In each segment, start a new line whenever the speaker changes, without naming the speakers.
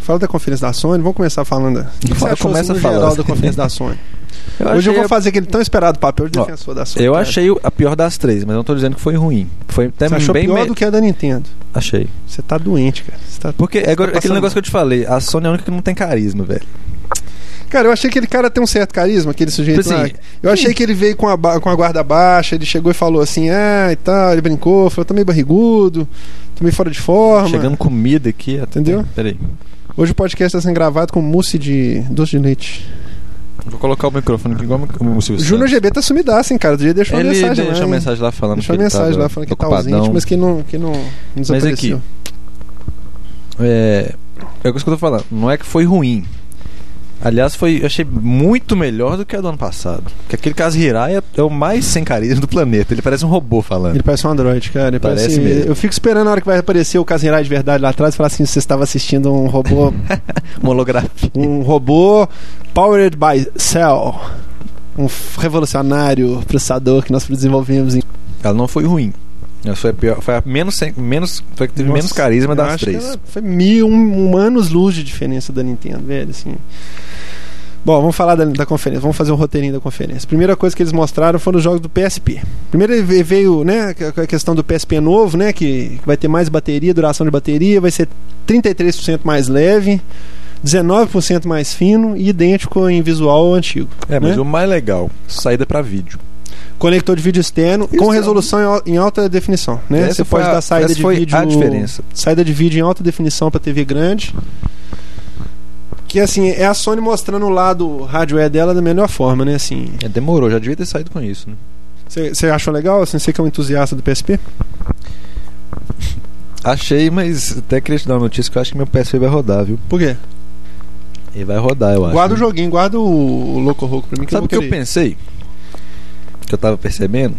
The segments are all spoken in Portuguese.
Fala da conferência da Sony, vamos começar falando. da- O que você
Fala-
achou
começa
assim, no
falando.
geral da conferência da Sony?
Eu
Hoje eu
achei
vou
a-
fazer aquele tão esperado papel de
Ó,
defensor da Sony.
Eu
cara.
achei o- a pior das três, mas não tô dizendo que foi ruim. Foi até
Você achou
bem
pior
me-
do que a da Nintendo.
Achei.
Você tá doente, cara. Você tá-
Porque é agora-
passando
aquele negócio que eu te falei, a Sony é a única que não tem carisma, velho.
Cara, eu achei que aquele cara tem um certo carisma, aquele sujeito
Tipo
lá.
assim,
Eu achei que ele veio com a, ba- com a guarda baixa, ele chegou e falou assim, ah, e tal, ele brincou, falou, tô meio barrigudo, tô meio fora de forma.
Chegando comida aqui, até-
Ah, Entendeu?
Peraí.
Hoje o podcast tá sendo gravado com mousse de doce de leite.
Vou colocar o microfone aqui igual o Silvio
O Júnior GB tá sumidaço, hein, cara. Do dia deixou
Ele
uma mensagem lá.
deixou
hein?
a mensagem lá falando
Deixou
que
uma
ele
mensagem
tava
lá falando que tá
ocupadão.
ausente, mas que não, que não, não desapareceu.
É, é isso que eu tô falando. Não é que foi ruim. Aliás, foi, eu achei muito melhor do que a do ano passado. Porque aquele caso Hirai é, é o mais sem carisma do planeta. Ele parece um robô falando.
Ele parece um androide, cara. Ele
Parece
parece-
mesmo.
Eu fico esperando a hora que vai aparecer o Casimiro de verdade lá atrás e falar assim: você estava assistindo um robô,
Uma holografia.
um robô powered by Cell, um f- revolucionário processador que nós desenvolvemos em
Ela não foi ruim. Ela foi a pior, foi a menos, sem- menos, foi a que teve menos
Nossa,
carisma
eu
das
acho que
três.
ela Foi mil um, um anos luz de diferença da Nintendo, velho, assim. Bom, vamos falar da, da conferência, vamos fazer um roteirinho da conferência. Primeira coisa que eles mostraram foram os jogos do PSP. Primeiro ele ve- veio, né, com a questão do PSP novo, né, que vai ter mais bateria, duração de bateria, vai ser 33% mais leve, 19% mais fino e idêntico em visual ao antigo.
É, mas
né?
o mais legal, saída pra vídeo.
Conector de vídeo externo
Isso
com
é um-
resolução em al- em alta definição, né?
Essa
Você
foi
pode
a-
dar saída
essa
de
foi
vídeo
a diferença.
saída de vídeo em alta definição para TV grande. Que assim, é a Sony mostrando o lado hardware dela da melhor forma, né? Assim,
É, demorou, já devia ter saído com isso, né?
você achou legal? Assim, você que é um entusiasta do PSP?
Achei, mas até queria te dar uma notícia que eu acho que meu PSP vai rodar, viu?
Por quê?
Ele vai rodar, eu acho.
guarda
né?
o joguinho, guarda o, o Loco Roco pra mim que
Sabe o
eu
que
vou
eu
querer.
pensei? Que eu tava percebendo?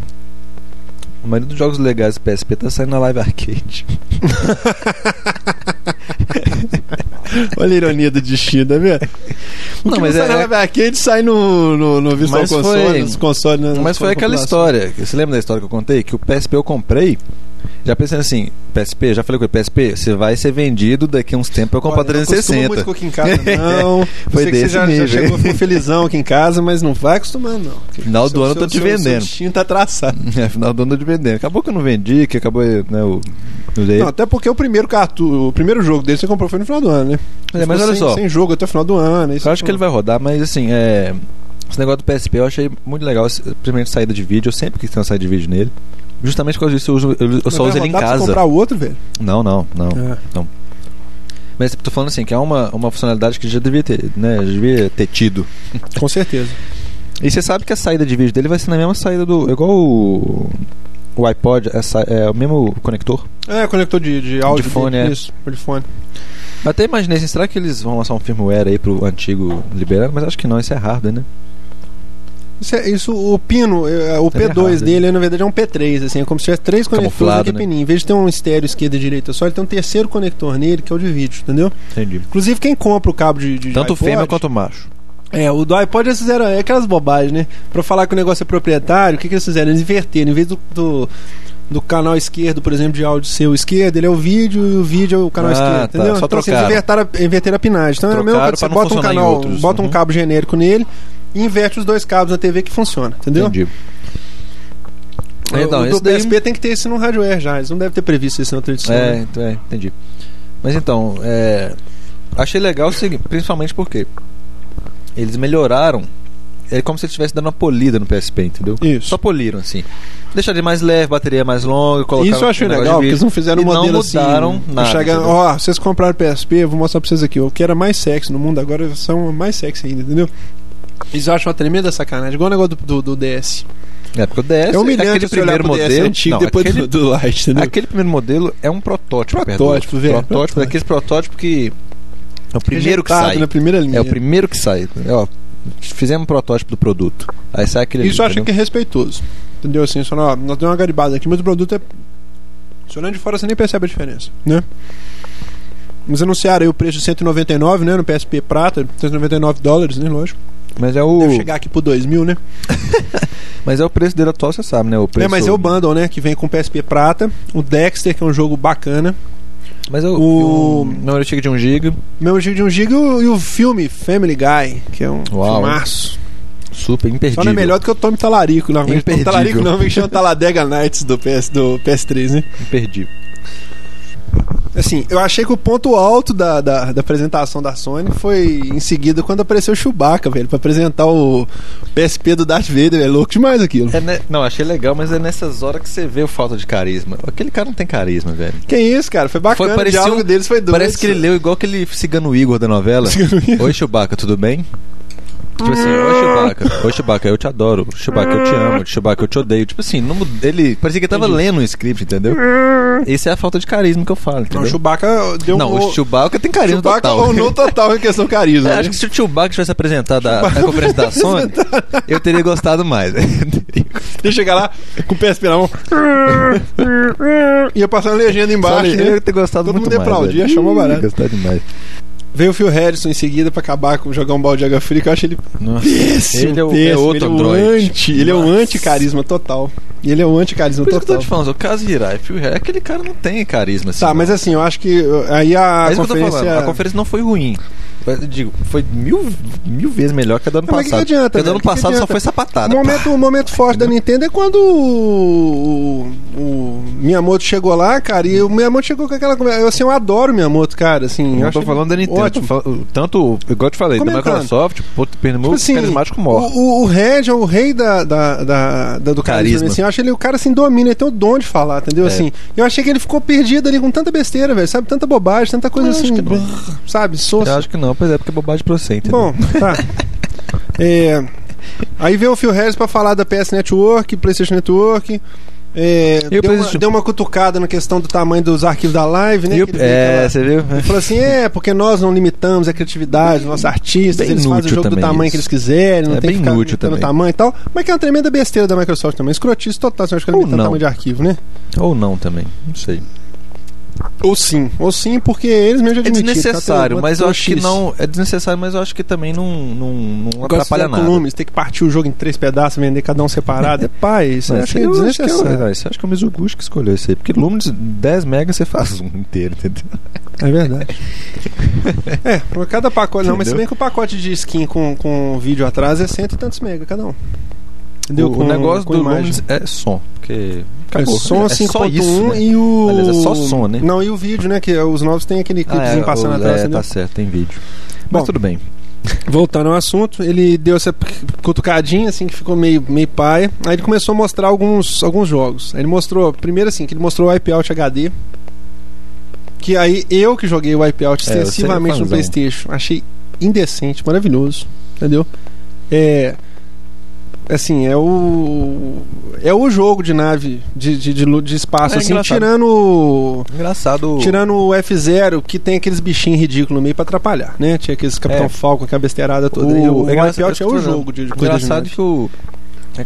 A maioria dos jogos legais do PSP tá saindo na Live Arcade.
Olha a ironia do destino, tá vendo? O
Não,
que
mas
sai
é-
na
é-
Live Arcade sai no, no, no Visual
Mas
Console,
foi-
nos consoles. né,
Mas
nas
foi aquela
populações.
história. Você lembra da história que eu contei? Que o PSP eu comprei. Já pensando assim, PSP, já falei com ele, PSP, você vai ser vendido daqui a uns tempos pra eu comprar
Olha, eu não costumo muito
360.
com aqui em casa, não.
Foi
eu sei que você
desse
já, já
nível,
chegou
hein?
ficou felizão aqui em casa, mas não vai acostumando, não.
Final do ano eu tô te
Seu
vendendo.
destino tá traçado.
É, final do ano eu tô te vendendo. Acabou que eu não vendi, que acabou né, o. o dele.
Não, até porque o primeiro cartu, o primeiro jogo dele que você comprou foi no final do ano, né?
Olha, mas
Ficou
olha
sem,
só.
Sem jogo até o final do ano. Isso
Eu acho que ele vai rodar, mas assim, é. Esse negócio do PSP eu achei muito legal, esse- principalmente saída de vídeo. Eu sempre quis ter uma saída de vídeo nele. Justamente por causa disso, eu, uso- eu- eu só
Mas vai
uso ele
rodar
em
pra você
casa.
comprar o outro, velho.
Não, não, não.
É.
Mas tô falando assim, que é uma, uma funcionalidade que já devia ter, né? Já devia ter tido.
Com certeza.
E você sabe que a saída de vídeo dele vai ser na mesma saída do. Igual o. O iPod, é, sa- é o mesmo conector.
É, conector de, de áudio.
De fone,
dele,
é.
Isso, de fone.
Eu até imaginei assim, será que eles vão lançar um firmware aí pro antigo liberando? Mas acho que não, isso é hardware, né?
Isso, é- isso, o pino, é, o
Tá
P2
errado,
dele, na verdade, é um P3, assim, é como se tivesse três conectores
Camuflado,
naquele
né?
pininho. Em vez de ter um estéreo esquerda e direita só, ele tem um terceiro conector nele, que é o de vídeo, entendeu?
Entendi.
Inclusive, quem compra o cabo de, de
Tanto
iPod,
fêmea quanto macho.
É, o do iPod eles fizeram é aquelas bobagens, né? Pra falar que o negócio é proprietário, o que, que eles fizeram? Eles inverteram. Em vez do, do, do canal esquerdo, por exemplo, de áudio seu esquerdo, ele é o vídeo e o vídeo é o canal
Ah,
esquerdo,
tá.
entendeu?
Só
então, assim, eles
trocaram.
invertaram, a- inverteram a pinagem. Então é a mesma
Trocaram
coisa, você
pra não
bota um
funcionar em
canal,
outros.
bota um
Uhum.
cabo genérico nele e inverte os dois cabos na TV que funciona, entendeu?
Entendi.
O-
Então,
o do
esse daí-
PSP tem que ter isso no hardware já, eles não devem ter previsto isso na outra edição.
É,
né?
então, é, entendi. Mas então, é, achei legal o seguinte, principalmente porque eles melhoraram. É como se eles estivessem dando uma polida no PSP, entendeu?
Isso.
Só poliram, assim. Deixaram ele mais leve, bateria mais longa, colocaram.
Isso eu achei
um negócio
legal,
de
porque eles
vídeo.
não fizeram
E
um modelo
não
assim.
mudaram
não
nada.
chegaram,
entendeu?
ó, vocês compraram PSP, eu vou mostrar pra vocês aqui. O que era mais sexy no mundo agora são mais sexy ainda, entendeu? Eles acham uma tremenda sacanagem, igual o negócio do, do, do DS.
É, porque o DS,
é humilhante
aquele
você olhar
primeiro
pro DS
modelo.
antigo
não,
depois
aquele,
do, do Light, entendeu?
aquele primeiro modelo é um
Protótipo,
protótipo. perdão.
velho,
Protótipo,
protótipo.
daqueles protótipos que. É o primeiro que
Rejeitado
sai.
na primeira linha.
É o primeiro que sai. É, ó, fizemos um protótipo do produto. Aí sai aquele.
Isso eu
ali,
acho que
entendeu?
é respeitoso. Entendeu? Assim, só, ó, nós deu uma garibada aqui, mas o produto é. Se olhando de fora, você nem percebe a diferença, né? Mas anunciaram aí o preço de 199, né? No PSP Prata, 199 dólares, né? Lógico.
Mas é o.
Deve chegar aqui por 2 mil, né?
Mas é o preço dele atual, você sabe, né? O preço...
É, mas é o bundle, né? Que vem com o PSP Prata, o Dexter, que é um jogo é bacana.
Mas eu,
O-
o... memória antiga de 1 GB,
Meu de 1 GB e o- e o filme Family Guy, que é um
Uau.
filmaço.
super
Só
imperdível.
não é melhor do que o Tommy Talarico, não. Tom
Imperdível.
Talarico não, tá vem chamar Taladega Nights do, PS, do PS3, né?
Imperdível.
Assim, eu achei que o ponto alto da, da, da apresentação da Sony foi em seguida quando apareceu o Chewbacca, velho, pra apresentar o PSP do Darth Vader, velho. louco demais aquilo.
É ne- Não, achei legal, mas é nessas horas que você vê o falta de carisma. Aquele cara não tem carisma, velho.
Que isso, cara, foi bacana, o
parecia
diálogo
um-
deles foi doido.
Parece que ele leu igual aquele cigano Igor da novela. Oi, Chewbacca, tudo bem? Tipo assim, oi Chewbacca, oi Chewbacca, eu te adoro, Chewbacca, eu te amo, Chewbacca, eu te odeio. Tipo assim, não mud- ele parecia que ele tava lendo um script, entendeu? Essa é a falta de carisma que eu falo,
Não, o
entendeu?
Chewbacca deu
né? Não,
um...
o Chewbacca tem carisma
Chewbacca é
total.
ou não total em questão carisma.
É,
né?
acho que se o Chewbacca tivesse apresentado a, a conferência da Sony, eu teria gostado mais.
Ele chegar lá com o PSP na mão. Ia passando a legenda embaixo.
Só ele- eu
Né?
ia ter gostado
Todo
muito
mundo ia
mais.
aplaudir,
velho.
achou mó
Ih,
barato.
Gostado demais.
Veio o Phil Harrison em seguida pra acabar com jogar um balde de água fria, que eu acho ele
Nossa,
péssimo.
ele é, o,
péssimo.
é outro
ele É
androide.
um anti, ele é um
Nossa.
anti-carisma total. E Ele é um anti-carisma
Por isso que eu tô
total.
te falando, o caso Hirai, Phil Hirai, aquele cara não tem carisma assim.
Tá, mas assim, eu acho que uh, aí a
É isso que eu tô
conferência...
falando, a conferência não foi ruim. Eu digo, foi mil, mil vezes melhor que a do ano
Não, mas que que
passado.
adianta,
Porque a do
velho?
ano
Que que
passado só
adianta?
foi sapatada.
O momento, o momento forte da Nintendo é quando o, o, o Miyamoto chegou lá, cara, e o Miyamoto chegou com aquela... conversa- Eu, assim, eu adoro o Miyamoto, cara, assim...
Eu
eu
não
acho
tô
ele
falando da Nintendo,
ótimo.
tô falando- tanto, igual eu te falei, da
Comentando.
Microsoft, o Pernambuco,
Tipo assim,
carismático
O,
morre.
o, o Red é o rei da, da, da- da- do carisma.
Carisma.
Assim, eu acho ele o cara assim domina, ele tem o dom de falar, entendeu?
É.
Assim, eu achei que ele ficou perdido ali com tanta besteira, velho, sabe? Tanta bobagem, tanta coisa
Eu acho
assim,
que não.
sabe?
Eu
Soça.
acho que não, pois é, porque é bobagem pra você,
Bom,
entendeu?
tá. É, aí veio o Phil Harris pra falar da PS Network, PlayStation Network. é,
E o
deu, uma,
PlayStation?
deu uma cutucada na questão do tamanho dos arquivos da live, né?
E o-
que ele veio aquela-
é, você viu?
Falou assim, é, porque nós não limitamos a criatividade dos nossos artistas,
bem
eles fazem o
inútil
jogo do
também
tamanho
isso.
que eles quiserem, não
É
tem que
bem
ficar
inútil
limitando o
também.
tamanho e tal. Mas que é uma tremenda besteira da Microsoft também, escrotice total, você acha que
Ou
limitando o
não.
tamanho de arquivo, né?
Ou não também, não sei.
Ou sim, ou sim, porque eles mesmos
É
admitiram. tá?
desnecessário,
Tem
mas eu acho que
trouxice.
não. É desnecessário, mas eu acho que também não, não, não
Agora, se
atrapalha
fizer
nada.
Columes, tem que partir o jogo em três pedaços, vender cada um separado. É pai, isso eu acho que é desnecessário.
Você acha que é o Mizuguchi que escolheu isso aí? Porque Lumines 10 megas você faz um inteiro, entendeu?
É verdade. é, por cada pacote. Não, mas se
Entendeu?
bem que o pacote de skin com, com vídeo atrás é cento e tantos mega cada um. Entendeu?
o, o
Com-
negócio
com
do
imagem.
Lumines é som. Porque.
É som
É só
5.1
isso, né?
e o.
Aliás, é só som, né? Ah, é,
Não, e o vídeo, né? Que os novos tem aquele clipezinho passando
o-
atrás.
é,
entendeu?
tá certo, tem vídeo.
Bom,
Mas tudo bem.
Voltando ao assunto, ele deu essa cutucadinha, assim, que ficou meio, meio paia. Aí ele começou a mostrar alguns, alguns jogos. Aí Ele mostrou, primeiro assim, que ele mostrou o Wipeout HD. Que aí eu que joguei o Wipeout
É, eu sei,
extensivamente no
fãzão.
Playstation. Achei indecente, maravilhoso. Entendeu? É. Assim, é o. É o jogo de nave, de, de, de, lu- de espaço,
É
assim,
engraçado.
tirando. o-
Engraçado.
Tirando o F0, que tem aqueles bichinhos ridículos no meio pra atrapalhar, né? Tinha aqueles Capitão
É. tá
Falcon, aquela besteirada toda. E O, o Wipeout é o jogo de, de coisa de
Engraçado
nave.
que o.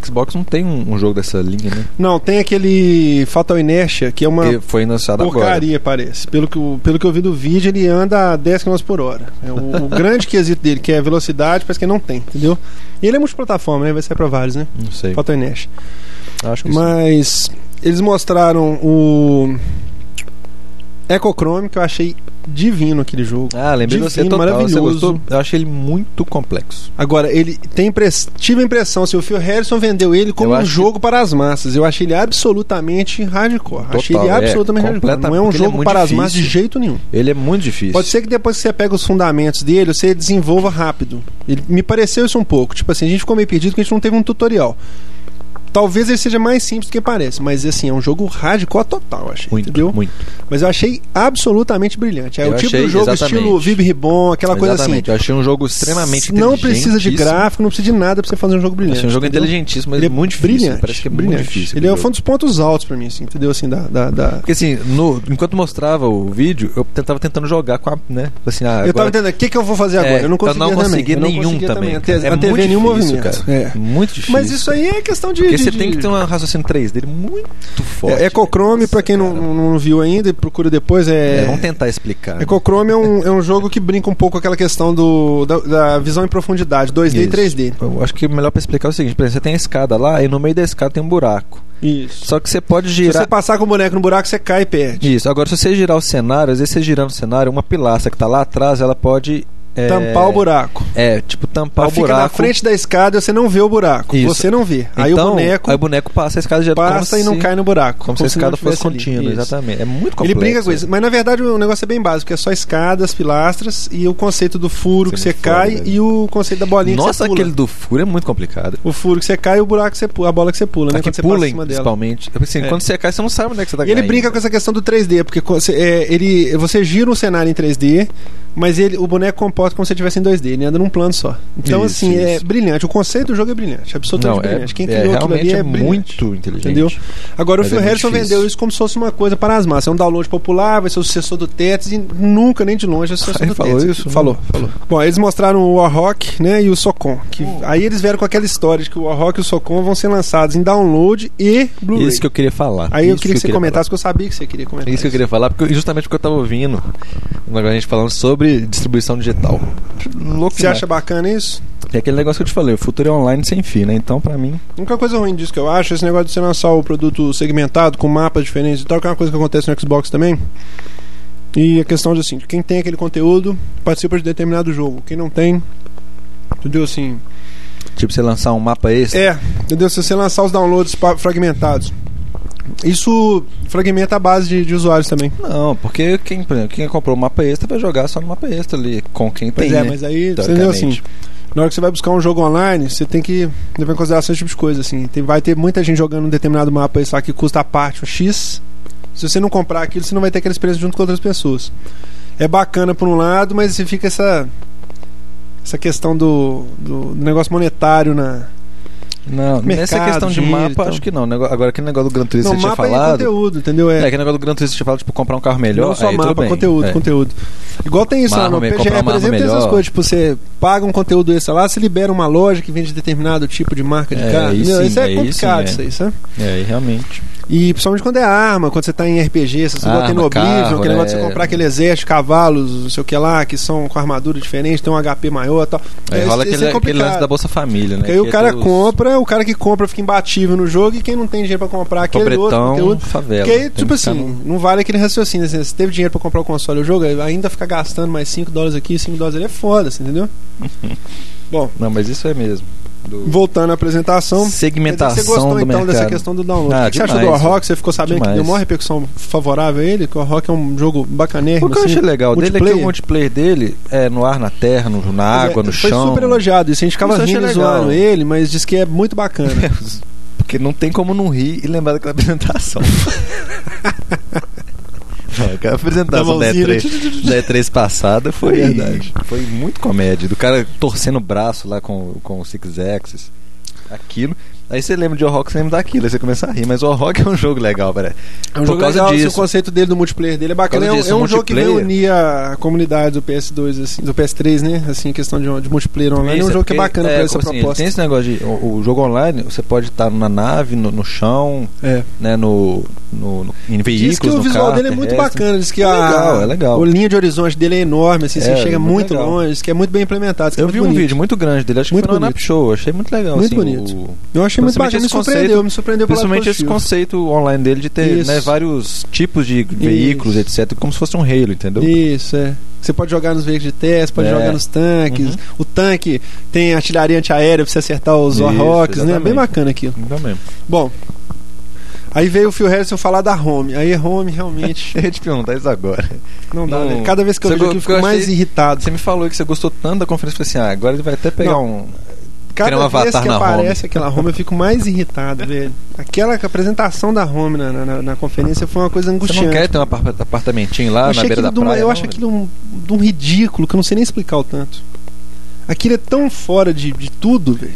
Xbox não tem um, um jogo dessa linha, né?
Não, tem aquele Fatal Inertia, que é uma
Porque foi lançado agora.
porcaria, parece. Pelo que, eu- pelo que eu vi do vídeo, ele anda a 10 km por hora. É o, o grande quesito dele, que é a velocidade, parece que ele não tem, entendeu? E ele é multiplataforma, né? Vai sair pra vários, né?
Não sei.
Fatal Inertia.
Acho que sim.
Mas eles mostraram o Ecochrome, que eu achei divino aquele jogo.
Ah, lembrei de você
Divino,
total. Você
maravilhoso.
gostou? Eu achei ele muito complexo.
Agora, ele tem impress... tive a impressão, assim, o Phil Harrison vendeu ele como
Eu
um
acho
jogo para as massas. Eu achei ele absolutamente hardcore. achei ele
Total, é,
absolutamente hardcore. Não é um
completamente, ele é
jogo
muito
para as massas de
difícil.
jeito nenhum.
Ele é muito difícil.
Pode ser que depois que você pega os fundamentos dele, você desenvolva rápido. Ele, me pareceu isso um pouco. Tipo assim, a gente ficou meio perdido porque a gente não teve um tutorial. Talvez ele seja mais simples do que parece, mas assim, é um jogo hardcore total, eu achei.
Muito,
entendeu?
muito.
Mas eu achei absolutamente brilhante. É
Eu
o tipo
achei,
do jogo
exatamente.
estilo Vibe Ribbon, aquela coisa assim.
Exatamente, eu achei um jogo extremamente
Não precisa de
inteligentíssimo.
gráfico, não precisa de nada pra você fazer um jogo brilhante.
Achei um jogo
entendeu?
inteligentíssimo, mas muito difícil. Parece que é muito difícil.
Ele é,
o
foi um dos pontos altos pra mim, assim, entendeu? Assim, da. da, da-
Porque assim, no- enquanto mostrava o vídeo, eu tava tentando jogar com a. Né? Assim, ah,
eu tava
agora-
entendendo, o que, que eu vou fazer agora?
É,
eu não consegui
consegui nenhum
Eu não
também.
conseguia
cara.
também. Ante-
É
antever
muito
nenhum
difícil,
movimento.
Cara.
É.
Muito difícil.
Mas isso aí é questão de,
Porque você
de-
tem que ter um raciocínio 3 dele muito forte. né?
É, Ecochrome, pra quem não,
Cara.
não- não viu ainda e procura depois,
É,
é.
vamos tentar né? explicar.
Ecochrome é um, é um jogo que brinca um pouco com aquela questão do, da, da visão em profundidade, 2D e
Isso.
3D.
Eu acho que o melhor pra explicar é o seguinte: por exemplo, você tem a escada lá e no meio da escada tem um buraco.
Isso.
Só que você pode
Se você
girar.
passar com o boneco no buraco, você cai e perde.
Isso. Agora, se você girar o cenário, às vezes você girando o cenário, uma pilastra que tá lá atrás, ela pode. é,
Tampar o buraco.
É, tipo, tampar
Ela
o
fica
buraco.
na frente da escada e você não vê o buraco.
Isso.
Você não vê. Aí
Então,
o boneco
Aí o boneco passa, a escada já
passa
como
e não
se-
cai no buraco.
Como se a
não
escada fosse
tivesse ali.
contínua,
Isso.
exatamente. É muito complexo.
Ele brinca com isso. Mas na verdade o negócio é bem básico, é só escadas, pilastras e o conceito do furo
Você
que
me
você
fala,
cai
é velho.
e o conceito da bolinha que
Nossa,
você pula.
aquele do furo é muito complicado.
O furo que você cai e o buraco que você pula, a bola que você pula, né?
Aqui
Quando você passa em
pulem,
cima dela.
principalmente. Eu pensei,
É.
Quando você cai, você não sabe onde é que você tá
E ele
caindo.
brinca com essa questão do 3D, porque co- cê- é, ele, você gira um cenário em 3D, mas ele, o boneco comporta como se estivesse em 2D, ele anda num plano só. Então,
Isso,
assim, é
isso.
brilhante. O conceito do jogo é brilhante, absolutamente
Não, é,
brilhante. Quem
é,
criou aquilo ali
realmente
é
é
brilhante.
muito inteligente.
Entendeu? Agora,
Mas
o Phil
é muito
Harrison
difícil.
vendeu isso como se fosse uma coisa para as massas. É um download popular, vai ser o sucessor do Tetris e nunca, nem de longe, é o sucessor
Ele
do
falou
Tetris.
isso? né?
Falou, falou. Bom, eles mostraram o Warhawk né, e o Socon. Que, Aí eles vieram com aquela história de que o Warhawk e o Socon vão ser lançados em download e Blu-ray.
É Isso que eu queria falar.
Aí eu
Isso
queria que, você
falar.
comentasse, porque eu sabia que você queria comentar.
Isso que eu queria falar, porque justamente porque eu tava ouvindo agora a gente falando sobre distribuição digital. Louco
Você
demais.
acha bacana isso?
É aquele negócio que eu te falei, o futuro é online sem fim, né? Então, pra mim,
A única coisa ruim disso que eu acho é esse negócio de você lançar o produto segmentado, com mapas diferentes e tal, que é uma coisa que acontece no Xbox também. E a questão de assim, quem tem aquele conteúdo participa de determinado jogo. Quem não tem, entendeu assim?
tipo, você lançar um mapa extra.
É, entendeu? Se você lançar os downloads pa- fragmentados. Isso fragmenta a base de, de usuários também.
Não, porque quem, por exemplo, quem comprou o mapa extra vai jogar só no mapa extra ali, com quem
Pois
tem.
é,
né?
mas aí, entendeu assim?
Teoricamente.
Na hora que você vai buscar um jogo online, você tem que levar em consideração esse tipo de coisa, assim. Tem- vai ter muita gente jogando um determinado mapa aí, lá, que custa a parte um X. Se você não comprar aquilo, você não vai ter aquela experiência junto com outras pessoas. É bacana por um lado, mas você fica essa. Essa questão do, do, do negócio monetário na.
Não, nessa
Mercado,
questão de
giro e
mapa,
tal.
acho que não. Nego- Agora, aquele negócio do Gran Turismo
Não,
que você tinha
mapa é
falado.
conteúdo, entendeu?
É,
É,
aquele negócio do Gran Turismo que você tinha falado, tipo, comprar um carro melhor.
não só
aí, tudo
mapa,
bem.
conteúdo,
É.
conteúdo. Igual tem isso
Uma
lá no
arma,
PGE, por
comprar uma
exemplo,
arma
tem essas
melhor.
coisas. Tipo, você paga um conteúdo extra lá, você libera uma loja que vende determinado tipo de marca de
É,
carro.
aí
Não,
sim,
isso é
aí sim,
complicado,
é.
isso aí, sabe?
É, e realmente.
E principalmente quando é arma, quando você tá em RPG, se você
Arma,
igual tem no Oblivion,
carro,
aquele negócio de você
né?
comprar aquele exército, cavalos, não sei o que lá, que são com armadura diferente, tem um HP maior e tal.
Aí
É,
rola
isso- isso
aquele,
é
aquele lance da Bolsa Família, né?
Porque aí o
Que é
cara
todos
compra, o cara que compra fica imbatível no jogo e quem não tem dinheiro pra comprar aquele outro
Pobretão,
conteúdo.
favela.
Porque aí,
Tem
tipo
que
assim,
ficar no-
não vale aquele raciocínio. Assim, você teve dinheiro pra comprar o console e o jogo, ainda ficar gastando mais 5 dólares aqui, 5 dólares ali é foda, assim, entendeu? Bom,
Não, mas isso é mesmo. Do-
voltando à apresentação. Então, Quer dizer,
segmentação
Você gostou
do
então
mercado.
dessa questão do download?
Ah,
o que você achou do
demais.
Warrock? Você ficou sabendo que
Demais.
deu uma repercussão favorável a ele? Que o Warrock é um jogo bacanérrimo.
O que eu
assim,
achei legal dele é que o
multiplayer?
multiplayer dele é no ar, na terra, no- na
Mas é,
água, no
foi
chão.
super elogiado. Isso a gente ficava
Isso eu achei
rindo e
legal.
zoando ele, mas diz que é muito bacana.
Porque não tem como não rir e lembrar daquela apresentação. Não, aquela apresentação da
mãozinha,
E3, da E3 passada foi,
É verdade.
foi muito comédia. Do cara torcendo o braço lá com, com o Six Axis. Aquilo. Aí você lembra de Orrock, você lembra daquilo. Aí você começa a rir. Mas Orrock é um jogo legal, velho.
É um
Por
jogo
causa
legal, assim,
disso.
o conceito dele do multiplayer dele é bacana.
Por
É um,
causa
é
disso,
um jogo que vem
multiplayer.
unir a comunidade do PS2, assim, do PS3, né? Assim, em questão de, de multiplayer online. é um
Isso,
jogo que é
porque,
bacana pra essa
como assim, ele
proposta.
tem esse negócio de. O, o jogo online, você pode estar na nave, no, no chão,
É.
né, no, no, no, em veículos,
Diz que o
no
visual
carro,
dele é muito
terrestre.
bacana, diz que
É
a,
legal, é legal.
a linha de horizonte dele é enorme, assim, você
É,
chega
muito
muito
legal.
longe, diz que é muito bem implementado. diz que é
Eu
muito
vi um
bonito.
vídeo muito grande dele, acho que
Muito
foi no
bonito.
Nap Show, achei muito legal.
Muito
assim,
bonito.
o-
Eu achei muito
Principalmente
bacana, me
esse
surpreendeu,
conceito-
me surpreendeu pelo lado
principalmente esse
positivo.
conceito online dele de ter
Isso.
né, vários tipos de veículos, etc. Como se fosse um Halo, entendeu?
Isso, é. Você pode jogar nos veículos de teste, pode
É.
jogar nos tanques.
Uhum.
O tanque tem artilharia antiaérea pra você acertar os
Isso,
Warhawks, né? Bem
exatamente.
bacana aquilo.
Também.
Bom, aí veio o Phil Harrison falar da Home. Aí Home realmente
Eu ia te perguntar isso agora.
não dá,
Não.
né? Cada vez que eu
Você
vejo
go-
aqui eu fico
eu
mais
achei-
irritado.
Você me falou que você gostou tanto da conferência, eu falei assim, ah, agora ele vai até pegar um...
Cada
criar um
vez
avatar
que
na
aparece aquela Home eu fico mais irritado, velho. Aquela apresentação da Home na, na, na conferência foi uma coisa
Você
angustiante.
não quer ter um apar- apartamentinho lá
eu
na
achei
beira
aquilo
da
de uma-
praia?
eu
não,
acho
velho?
aquilo um, de um ridículo que eu não sei nem explicar o tanto. Aquilo é tão fora de, de tudo, velho.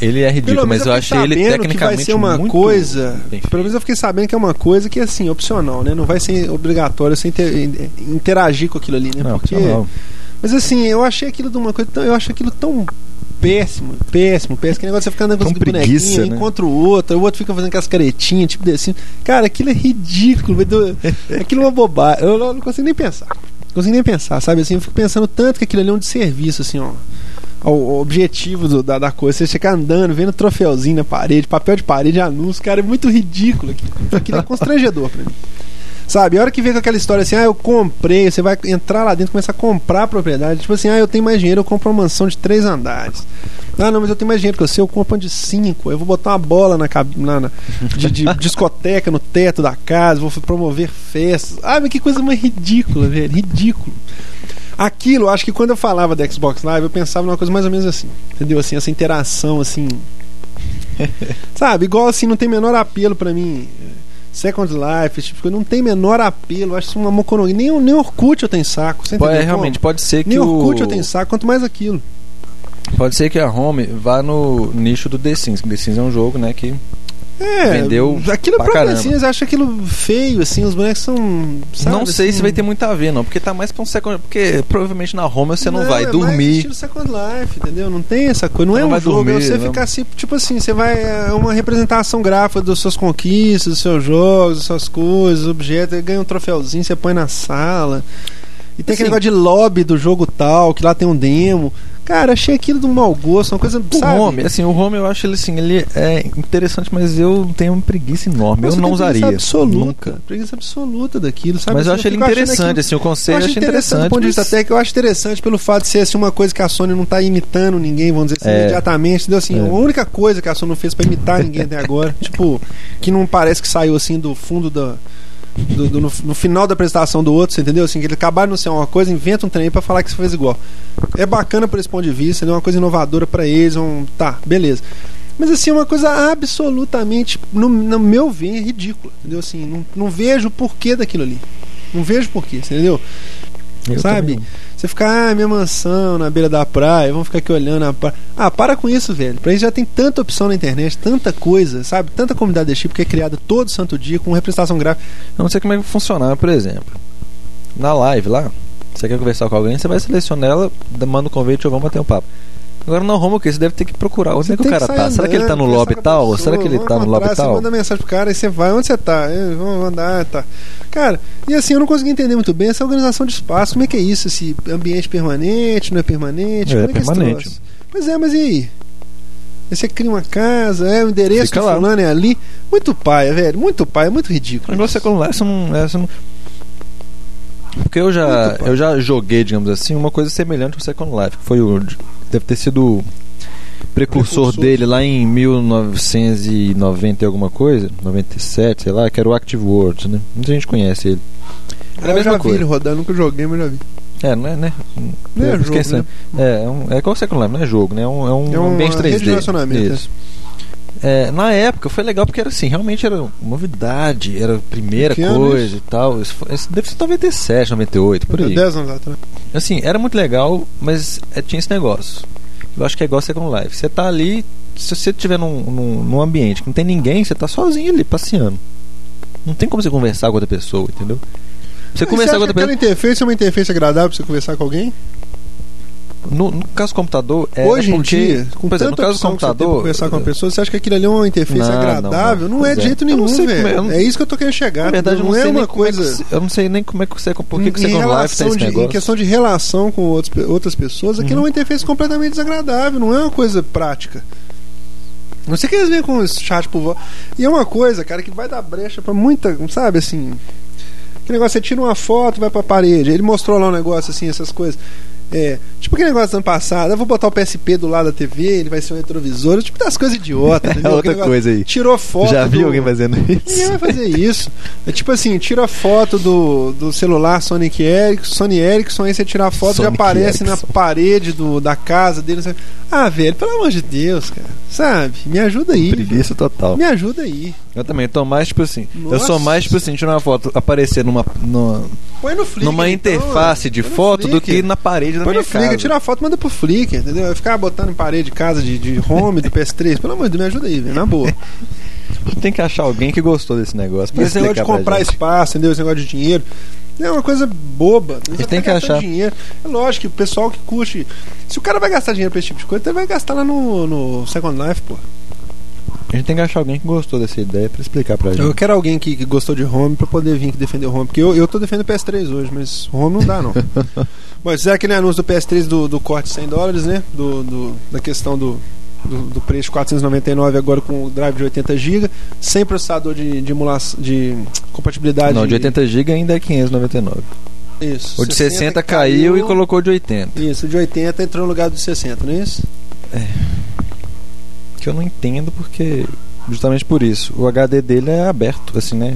Ele é ridículo, mas eu
fiquei
achei ele
sabendo
tecnicamente
que vai ser uma
muito
coisa.
bem feito.
Pelo menos eu fiquei sabendo que é uma coisa que é assim, opcional, né? Não vai ser obrigatório você inter- interagir com aquilo ali, né?
Não,
Porque-
não.
Mas assim, eu achei aquilo de uma coisa tão. Eu acho aquilo tão péssimo, péssimo, péssimo. Que negócio de você ficar andando com
Tão
esse bonequinho, um
preguiça, né?
encontra o outro, o outro fica fazendo aquelas caretinhas, tipo desse. Cara, aquilo é ridículo. vai do- Aquilo é uma bobagem. Eu não consigo nem pensar. Não consigo nem pensar, sabe? Assim, eu fico pensando tanto que aquilo ali é um desserviço, assim, ó. ao- ao objetivo do- da, da coisa, você fica andando, vendo troféuzinho na parede, papel de parede, anúncio, cara, é muito ridículo aquilo. Aquilo é constrangedor pra mim. Sabe, a hora que vem com aquela história assim, ah, eu comprei, você vai entrar lá dentro, começa a comprar a propriedade, tipo assim, ah, eu tenho mais dinheiro, eu compro uma mansão de três andares. Ah, não, mas eu tenho mais dinheiro que você, eu compro uma de cinco, eu vou botar uma bola na, cab- na, na- de, de discoteca no teto da casa, vou promover festas. Ah, mas que coisa mais ridícula, velho, ridículo. Aquilo, acho que quando eu falava da Xbox Live, eu pensava numa coisa mais ou menos assim, entendeu? Assim, essa interação, assim... sabe, igual assim, não tem menor apelo pra mim... Second Life, esse tipo, de coisa, não tem menor apelo, acho isso uma mocoronga. Nem, o- nem Orkut eu tenho saco, você
Pode,
entendeu
é, realmente,
como?
pode ser que
Nem Orkut
o...
eu tenho saco, quanto mais aquilo.
Pode ser que a Home vá no nicho do The Sims. que The Sims é um jogo, né, que...
É,
Vendeu
aquilo
pra
próprio
caramba.
assim, eles acham aquilo feio, assim, os bonecos são. sabe,
não sei
assim,
se vai ter muito a ver, não. Porque tá mais pra um second... Porque provavelmente na Home você não, vai
é mais
dormir.
estilo Second Life, entendeu? Não tem essa coisa. Não
Você
é
não
um
vai
jogo,
dormir,
é você
né?
ficar assim, tipo assim, você vai. É uma representação gráfica das suas conquistas, dos seus jogos, das suas coisas, objetos, aí ganha um troféuzinho, você põe na sala. E tem aquele
Assim,
negócio de lobby do jogo tal, que lá tem um demo. Cara, achei aquilo de um mau gosto, uma coisa.
O
sabe?
Home, assim, o Home eu acho ele assim, ele é interessante, mas eu tenho uma preguiça enorme.
Nossa,
eu não
tenho preguiça
usaria.
Absoluta,
Nunca.
Preguiça absoluta daquilo, sabe?
mas eu
Assim,
acho ele
fico achando aquilo-
interessante, assim, o
Eu
conceito eu
acho
acho
interessante do
interessante.
ponto de vista
mas-
técnico, eu acho interessante pelo fato de ser assim, uma coisa que a Sony não tá imitando ninguém, vamos dizer assim,
É.
imediatamente. Entendeu? Assim,
É.
A única coisa que a Sony não fez pra imitar ninguém até agora, tipo, que não parece que saiu assim do fundo da. do- do- no, no final da apresentação do outro, você entendeu? Assim, que ele acabaram de anunciar uma coisa, inventa um trem pra falar que você fez igual. É bacana por esse ponto de vista, é uma coisa inovadora pra eles, um, tá, beleza. Mas assim, é uma coisa absolutamente, no, no meu ver, é ridícula. Entendeu? Assim, não, não vejo o porquê daquilo ali. Não vejo o porquê, você entendeu?
Eu
sabe?
também.
Você fica, ah, minha mansão na beira da praia, vamos ficar aqui olhando a praia. Ah, para com isso, velho. Pra isso já tem tanta opção na internet, tanta coisa, sabe? Tanta comunidade desse tipo que é criada todo santo dia com representação gráfica.
Eu não sei como é que vai funcionar, por exemplo. Na live lá, você quer conversar com alguém, você vai selecionar ela, dá- manda um convite ou vamos bater um papo. Agora na Home, o que? Você deve ter que procurar. Onde é que o
Tem
cara
sair
tá? Será que ele tá no
andando,
lobby
conversar com a
tal? Será que ele
pessoa,
tá no
vamos
lobby
atrás, Você
tal?
manda mensagem pro cara e você vai, onde você tá? Eh, Vamos andar, tá. Cara, e assim, eu não consegui entender muito bem essa organização de espaço. Como é que é isso? Esse ambiente permanente, não é permanente?
É,
Como que esse
permanente.
troço? Pois é, mas e aí? Aí Você cria uma casa, é o endereço
Fica
do
lá.
fulano é ali. Muito paia, velho. Muito paia, muito
O
ridículo.
negócio é quando lá, você não, é, você não- Porque eu já,
Muito bom.
eu já joguei, digamos assim, uma coisa semelhante ao Second Life. que Foi o. Deve ter sido o precursor,
Precursor.
dele lá em 1990 e alguma coisa, 97, sei lá, que era o Active World, né? Muita gente conhece ele. Era a
eu já
mesma
vi ele
coisa.
rodando, nunca joguei, mas já vi.
É, não é, né?
Não é
Eu
jogo,
esqueci.
né?
É, é, um, é qual Second Life, não é jogo, né? É um, é um
É uma
ambiente
rede de
3D.
relacionamento,
Isso. É, na época foi legal porque era assim, realmente era novidade, era a primeira
Que ano
coisa e tal. Isso, foi- isso deve ser 97, 98, por aí.
10 anos atrás.
Assim, era muito legal, mas é, tinha esse negócio. Eu acho que é igual Second Life. Você tá ali, se você estiver num, num, num ambiente que não tem ninguém, você tá sozinho ali, passeando. Não tem como você conversar com outra pessoa, entendeu? Você
Mas
conversar
acha
com outra
que aquela
pessoa.
interface é uma interface agradável pra você conversar com alguém?
No, no caso do computador, é
Hoje em
porque,
dia, com
por exemplo,
tanta
no caso do
opção que você tem pra
computador.
conversar com uma pessoa, você acha que aquilo ali é uma interface
Não, não,
agradável? Não,
não.
é
Pois
de
é.
jeito
Eu não
nenhum,
sei como é, eu
velho.
não-
É isso que eu tô querendo
Na
chegar.
verdade, eu
não
não,
é
sei nem
uma
como é que
coisa.
se- eu não sei nem como é que você. Por que,
Em-
que você
em,
Second Life tem
relação
esse
de, em
negócio? Uhum.
questão de relação com outros pe- outras pessoas, aquilo é uma interface completamente desagradável, não é uma coisa prática. Não sei que eles vêm com esse chat por volta. E é uma coisa, cara, que vai dar brecha pra muita. Sabe assim. Que negócio, você tira uma foto, vai pra parede. Ele mostrou lá um negócio assim, essas coisas. É, tipo aquele negócio do ano passado, eu vou botar o PSP do lado da TV, ele vai ser um retrovisor, tipo das coisas idiotas. entendeu?
outra
Aquele negócio-
coisa aí.
Tirou foto.
Já vi
do-
alguém fazendo
Ninguém
isso?
vai fazer isso. É tipo assim, tira foto do, do celular Sonic Ericsson, Sony Ericsson, aí você tira a foto e já
Sonic
aparece
Ericsson.
na parede do, da casa dele. não sei- Ah, velho, pelo amor de Deus, cara. Sabe? Me ajuda aí. velho.
Preguiça total.
Me ajuda aí.
Eu também tô mais, tipo assim. Eu
Nossa.
sou mais, tipo assim, tirar uma foto, aparecer numa, numa,
Põe no Flickr.
numa
então,
interface de
põe no
foto do
Flickr.
que na parede da
Põe
minha
no Flickr,
casa.
tira a foto, manda pro Flickr, entendeu? Vai ficar botando em parede de casa, de, de home, do PS3. Pelo amor de Deus, me ajuda aí, velho, na boa.
Tem que achar alguém que gostou desse negócio. pra
Esse negócio de
explicar pra
é comprar
gente.
espaço, entendeu? Esse negócio de dinheiro. É uma coisa boba. Mas
gente tem que achar.
Dinheiro. É lógico que o pessoal que curte. Se o cara vai gastar dinheiro pra esse tipo de coisa, ele vai gastar lá no, no Second Life, pô.
A gente tem que achar alguém que gostou dessa ideia pra explicar pra gente.
Eu quero alguém É que, que gostou de home pra poder vir aqui defender o home. Porque eu, eu tô defendendo o PS3 hoje, mas home não dá, não. Bom, isso é aquele anúncio do PS3 do, do corte de 100 dólares, né? Do, do- da questão do, do, do preço de 499 agora com o drive de 80 GB, sem processador de, de, emula- de compatibilidade.
Não, de 80 GB ainda é 599.
Isso.
O de 60, caiu e colocou o de 80.
Isso, o de 80 entrou no lugar do de 60, não é isso?
Que eu não entendo porque. Justamente por isso. O HD dele é aberto, assim, né?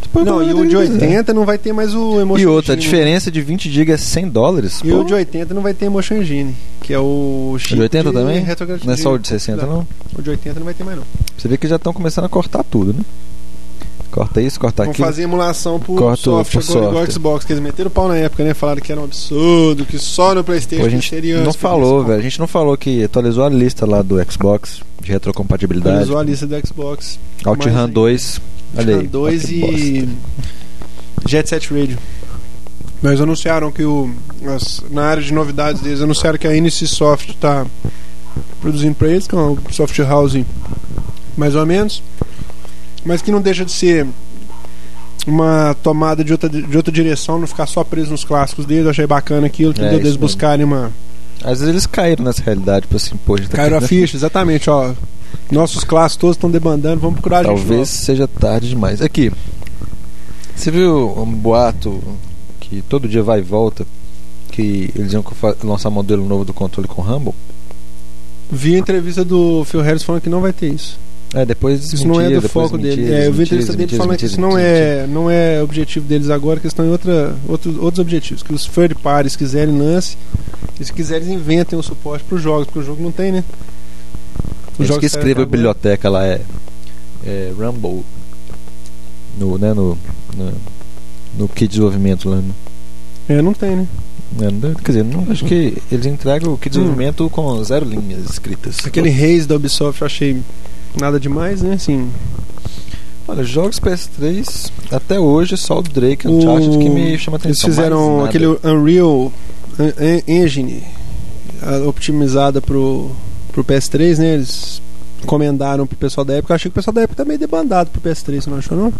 Você põe
não, e
HD
o de
que quiser.
80 não vai ter mais o Emotion
E outra, a
Engine.
diferença de 20 GB é 100 dólares?
um- E
Pô,
o de 80 não vai ter Emotion Engine, que é o
o
chip
de 80 também?
retrogradi-
Não é só o de 60, não? Tá
O de 80 não vai ter mais, não.
Você vê que já estão começando a cortar tudo, né? Corta isso, corta
Vão
aquilo.
fazer emulação por
Corta o-
software,
por
igual- igual
software.
o Xbox, que eles meteram o pau na época, né? Falaram que era um absurdo, que só no Playstation
Pô, a gente
seria
não
antes do
falou,
Xbox.
velho. A gente não falou que atualizou a lista lá do Xbox de retrocompatibilidade.
Atualizou a lista do Xbox. mais
OutRun
aí.
2. Olha aí.
Outran 2
ó que bosta.
e Jet Set Radio. Mas anunciaram que o as- na área de novidades deles anunciaram que a NC Soft está produzindo para eles, que é uma software house mais ou menos, mas que não deixa de ser uma tomada de outra, de outra direção, não ficar só preso nos clássicos deles. Eu achei bacana aquilo, que
É,
deu deles
isso mesmo.
buscarem uma
Às vezes eles caíram nessa realidade, tipo assim, pô, a gente tá
Cairo a
querendo-
ficha, exatamente, ó. Nossos clássicos todos estão debandando, vamos procurar a gente
Talvez
nova.
seja tarde demais. Aqui, você viu um boato que todo dia vai e volta que eles iam fa- lançar modelo novo do controle com Rumble?
Vi a entrevista do Phil Harris falando que não vai ter isso.
É, depois
Isso não é
desmentiram,
do
depois
foco
desmentiram,
dele. É, eu vi a entrevista
desmentiram,
dele falando que
desmentiram,
isso não é, não
desmentiram.
é objetivo deles agora, que eles estão em outra, outro, outros objetivos. Que os third parties quiserem lance, e se quiserem eles inventem um suporte para os jogos, porque o jogo não tem, né? Os
Eles
jogos
que escreva a
saem agora.
biblioteca lá é, é Rumble. No, né, no, no, no kit de desenvolvimento lá. né?
É, não tem, né?
Né, não- Quer dizer, não, acho que eles entregam o kit de
Hum.
desenvolvimento com zero linhas escritas.
Aquele Reis da Ubisoft eu achei nada demais, né? Assim,
Olha, jogos PS3, até hoje só o Drake
O-
Uncharted que me chama a
eles
atenção. mais
fizeram
nada.
aquele Unreal En- En- Engine a- optimizada pro, pro PS3, né? Eles encomendaram pro pessoal da época. Eu achei que o pessoal da época tá meio debandado pro PS3, você não achou, não?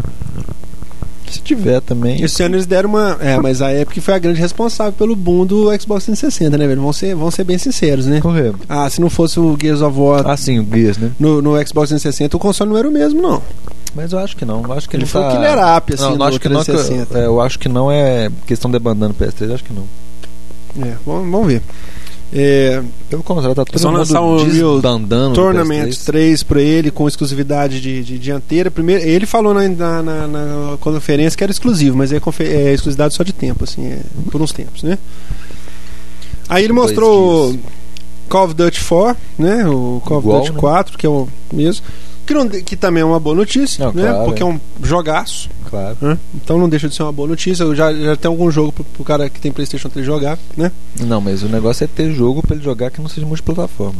Se tiver também.
Esse ano eles deram uma. É, mas a Epic foi a grande responsável pelo boom do Xbox 360, né, velho? Vão ser, vão ser bem sinceros, né?
Correr.
Ah, se não fosse o Gears of War
Ah, sim, o Gears, né?
no, no Xbox 360, o console não era o mesmo, não.
Mas eu acho que não. Eu acho que ele,
Ele foi
tá...
o killer app, assim,
não,
do
não acho que não. que eu-
360.
é, eu acho que não é questão debandando PS3, acho que não.
É, vamos, vamos ver. É,
Pelo contrário, tá todo
Eles vão
mundo
lançar um Unreal
desbandando
Tournament
do PS3.
3 pra ele, com exclusividade de, de dianteira. Primeiro, ele falou na, na, na- na conferência que era exclusivo, mas é, confe- é exclusividade só de tempo, assim, é, por uns tempos, né? Aí ele
Dois
mostrou Call of Duty 4, né? O Call of
Igual,
Duty
né?
4, que é o mesmo. Que, não de- que também é uma boa notícia,
Não,
né?
claro,
Porque
é.
é um jogaço.
Claro.
né? Então não deixa de ser uma boa notícia. Eu Já, já tem algum jogo pro, pro cara que tem PlayStation 3 jogar, né?
Não, mas o negócio é ter jogo pra ele jogar que não seja multiplataforma.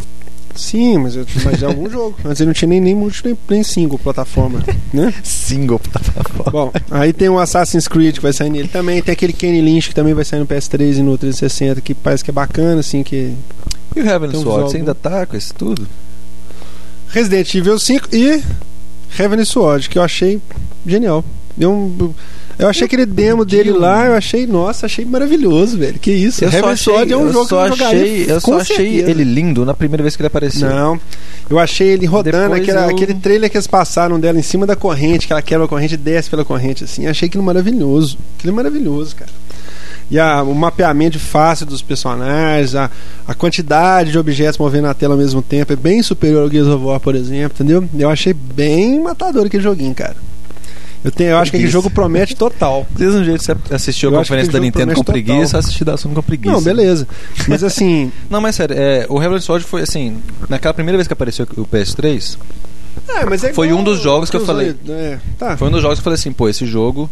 Sim, mas, eu- mas é algum jogo. Antes ele não tinha nem, nem multi nem, nem single plataforma, né?
Single plataforma.
Bom, aí tem o Assassin's Creed que vai sair nele também. Tem aquele Kenny Lynch que também vai sair no PS3 e no 360, que parece que é bacana, assim, que...
E o Heavenly
Tem um
Sword,
visual
você
bom.
ainda tá com isso tudo?
Resident Evil 5 e Heavenly Sword, que eu achei genial. Deu um... Eu achei aquele demo dele lá, eu achei, nossa, achei maravilhoso, velho. Que isso,
só
Heavenly
achei-
Sword é um
eu
jogo que
só
eu jogaria
achei, Eu
com
só achei
certeza.
ele lindo na primeira vez que ele apareceu.
Não. Eu achei ele rodando,
Depois
aquele,
eu-
aquele trailer que eles passaram dela em cima da corrente, que ela quebra a corrente e desce pela corrente, assim. Achei aquilo maravilhoso. Aquilo é maravilhoso, cara. E a- o mapeamento fácil dos personagens, a, a quantidade de objetos movendo na tela ao mesmo tempo é bem superior ao Gears of War, por exemplo, entendeu? Eu achei bem matador aquele joguinho, cara. Eu, tenho, eu acho que aquele
Preguiça.
jogo promete total.
Vocês um jeito de você assistir a
Eu acho que
conferência da
aquele jogo
Nintendo com
promete total.
preguiça, assistir da Sony com preguiça.
Não, beleza. Mas assim,
Não, mas sério, é, o Heavenly Sword foi assim, naquela primeira vez que apareceu o PS3,
é, mas é
Foi
igual
um dos jogos que eu
Cruzeiro, é, tá.
foi um dos jogos que eu falei assim, pô, esse jogo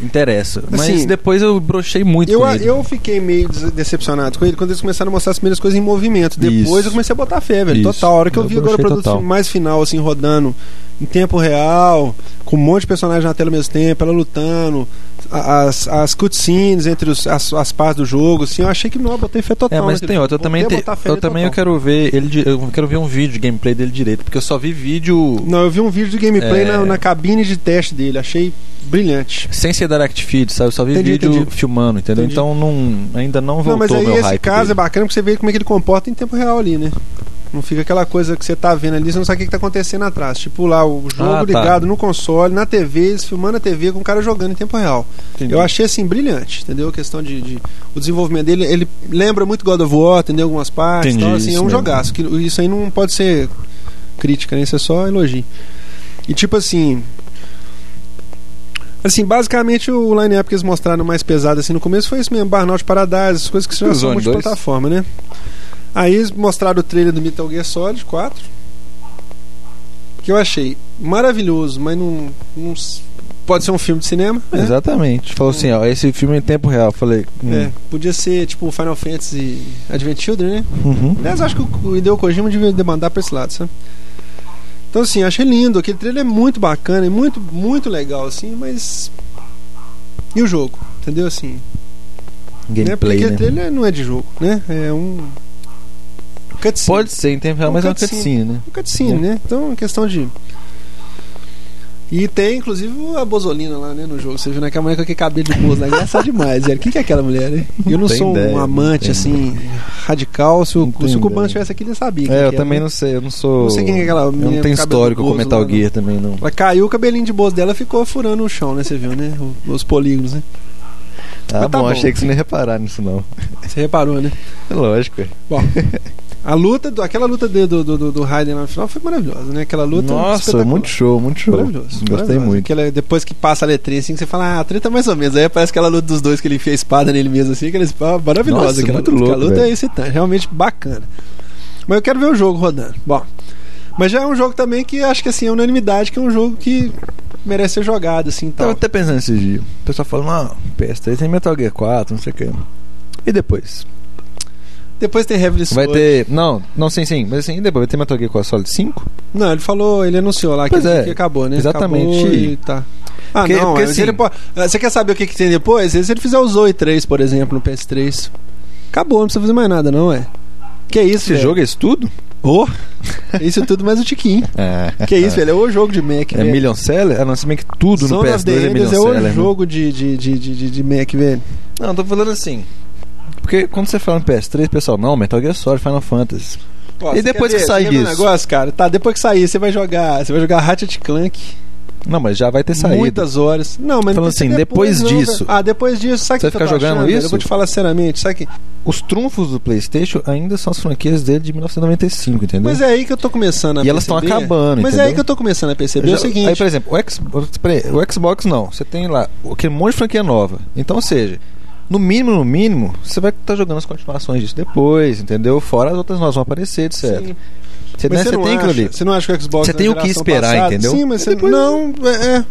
interessa. Mas
Assim,
depois eu brochei muito
Eu,
com ele.
eu fiquei meio des- decepcionado com ele quando eles começaram a mostrar as primeiras coisas em movimento. Depois
Isso.
eu comecei a botar fé, velho.
Isso.
Total. A hora que eu,
Eu
vi agora o
brochei
produto
total.
mais final, assim, rodando em tempo real, com um monte de personagens na tela ao mesmo tempo, ela lutando, as, as cutscenes entre os, as, as partes do jogo, assim, eu achei que não, eu botei fé total.
É, mas
naquele
tem outra. Eu
jogo.
também,
Botei
te-
botar fé
eu
nele
também eu
total.
quero ver ele, di- eu quero ver um vídeo de gameplay dele direito, porque eu só vi vídeo
Não, eu vi um vídeo de gameplay
É.
na, na cabine de teste dele, achei brilhante.
sem ser direct feed, sabe? Eu só vi
Entendi,
vídeo
entendi.
filmando, entendeu?
Entendi.
Então não, ainda não voltou
não, mas
o
aí
meu
esse
hype.
caso é
dele.
bacana porque você vê como é que ele comporta em tempo real ali, né? Não fica aquela coisa que você tá vendo ali, você não sabe o que, que tá acontecendo atrás. Tipo lá, o jogo
Ah, tá.
ligado no console, na TV, eles filmando a TV com o cara jogando em tempo real.
Entendi.
Eu achei assim brilhante, entendeu? A questão de, de- o desenvolvimento dele, ele lembra muito God of War, entendeu? Algumas partes,
Entendi,
então, assim, é
isso
um
mesmo.
jogaço. Que, isso aí não pode ser crítica, né? Isso é só elogio. E tipo assim, assim, basicamente o line-up que eles mostraram mais pesado assim no começo foi isso mesmo, Burnout Paradise, as coisas que já são
Zone dois.
multiplataforma, né? Aí eles mostraram o trailer do Metal Gear Solid 4, que eu achei maravilhoso, mas não, não s- pode ser um filme de cinema, né?
Exatamente. Falou assim, ó, esse filme em tempo real. Eu Falei, hum,
É, podia ser tipo um Final Fantasy Advent Children, né?
uhum.
Aliás, acho que o Hideo Kojima devia demandar pra esse lado, sabe? Então, assim, achei lindo. Aquele trailer é muito bacana, é muito, muito legal, assim, mas. E o jogo? Entendeu? Assim, né?
gameplay,
Porque
né?
trailer não é de jogo, né? É um. Cutscene.
Pode ser em tempo real,
Um
mas é uma
cutscene.
cutscene, né?
Um cutscene,
É.
né? Então é uma questão de. E tem, inclusive, a Bozolina lá, né, no jogo. Você viu naquela mulher com aquele cabelo de bozo lá. Engraçado demais, velho. Quem que é aquela mulher, né? Eu não
Tem
sou
ideia,
um
não
amante,
tem.
assim, radical. Se o,
Não
se
tem
o Cubano
ideia.
estivesse aqui, ele sabia. quem
É, eu
que
também
né?
não sei, eu não sou.
Não sei quem é aquela
Eu
menina
não
com
tenho
cabelo
histórico com
bozo
Metal
lá, não.
Gear também, não.
Ela caiu o cabelinho de bozo dela ficou furando o chão, né? Você viu, né? O- Os polígonos, né?
Ah,
tá
bom,
bom.
achei que você não ia reparar nisso, não.
Você reparou, né?
É lógico. é.
A luta, do- aquela luta de- do, do, do, do Raiden lá no final foi maravilhosa, né? Aquela luta.
Nossa,
espetacular.
muito show, muito show.
Maravilhoso.
Gostei
maravilhoso.
muito.
Aquela, é depois que passa a letrinha, assim, que você fala, ah, a treta é mais ou menos. Aí parece aquela luta dos dois que ele enfia a espada nele mesmo, assim, aquela espada maravilhosa.
Nossa,
aquela,
muito
luta.
louco,
Aquela luta é
velho.
excitante, realmente bacana. Mas eu quero ver o jogo rodando. Bom, mas já é um jogo também que acho que assim, é unanimidade, que é um jogo que merece ser jogado, assim, e
Tava
tal.
Então, até pensando esses dias. O pessoal falando, ah, PS3 tem Metal Gear 4, não sei o que. E depois?
Depois tem Heavily
Vai
Sword.
ter. Não, não, sim, sim. Mas assim, e depois? Vai ter Metal Gear 4 Solid 5?
Não, ele falou, ele anunciou lá que,
Pois é,
que acabou, né?
exatamente.
Acabou e tá. Ah,
Porque-
não,
porque
mas ele
assim-
pode- Ah, Você quer saber o que, que tem depois? Se ele fizer o Zoe 3, por exemplo, no PS3, acabou, não precisa fazer mais nada, não, é? Que isso,
Esse
velho?
jogo é isso tudo?
Ô, isso tudo mais o Tiquinho.
É.
Que isso, velho? É o jogo de Mac,
É
velho.
Million Seller? Ah, não, se bem que tudo
Son
no
of the
PS2 é
Enders
Million
é
Seller.
o
né?
jogo de, de, de, de, de- de Mac, velho.
Não, tô falando assim. Porque quando você fala no PS3, o pessoal, não, Metal Gear Solid, Final Fantasy.
Ó,
E
você
depois
quer
que
ver-
sair
você quer ver um
isso?
negócio, cara? Tá, depois que sair, você vai jogar, você vai jogar Ratchet Clank.
Não, mas já vai ter saído.
Muitas horas. Não, mas não
Falando
tem que
assim,
ser
depois
não,
disso.
velho. ah, depois disso, sabe o que
Você vai
eu
ficar
tô
jogando
achando, velho?
isso?
Eu vou te falar sinceramente, sabe que
Os trunfos do PlayStation ainda são as franquias dele de 1995, entendeu?
Mas é aí que eu tô começando a
Né? E elas
perceber-
tão acabando,
Mas é
entendeu?
aí que eu tô começando a perceber
Já-
é o seguinte.
Aí, por exemplo, o, Xbox- peraí, o Xbox não. Você tem lá aquele monte de franquia nova. Então, ou seja, no mínimo, no mínimo, você vai estar jogando as continuações disso depois, entendeu? Fora as outras novas vão aparecer, etc.
Sim.
Você,
Mas
né,
você,
você
não
tem aquilo
acha,
ali.
você não acha que o Xbox
Você
na
tem o que
geração
esperar,
passada-
entendeu?
Sim, mas você não é, é.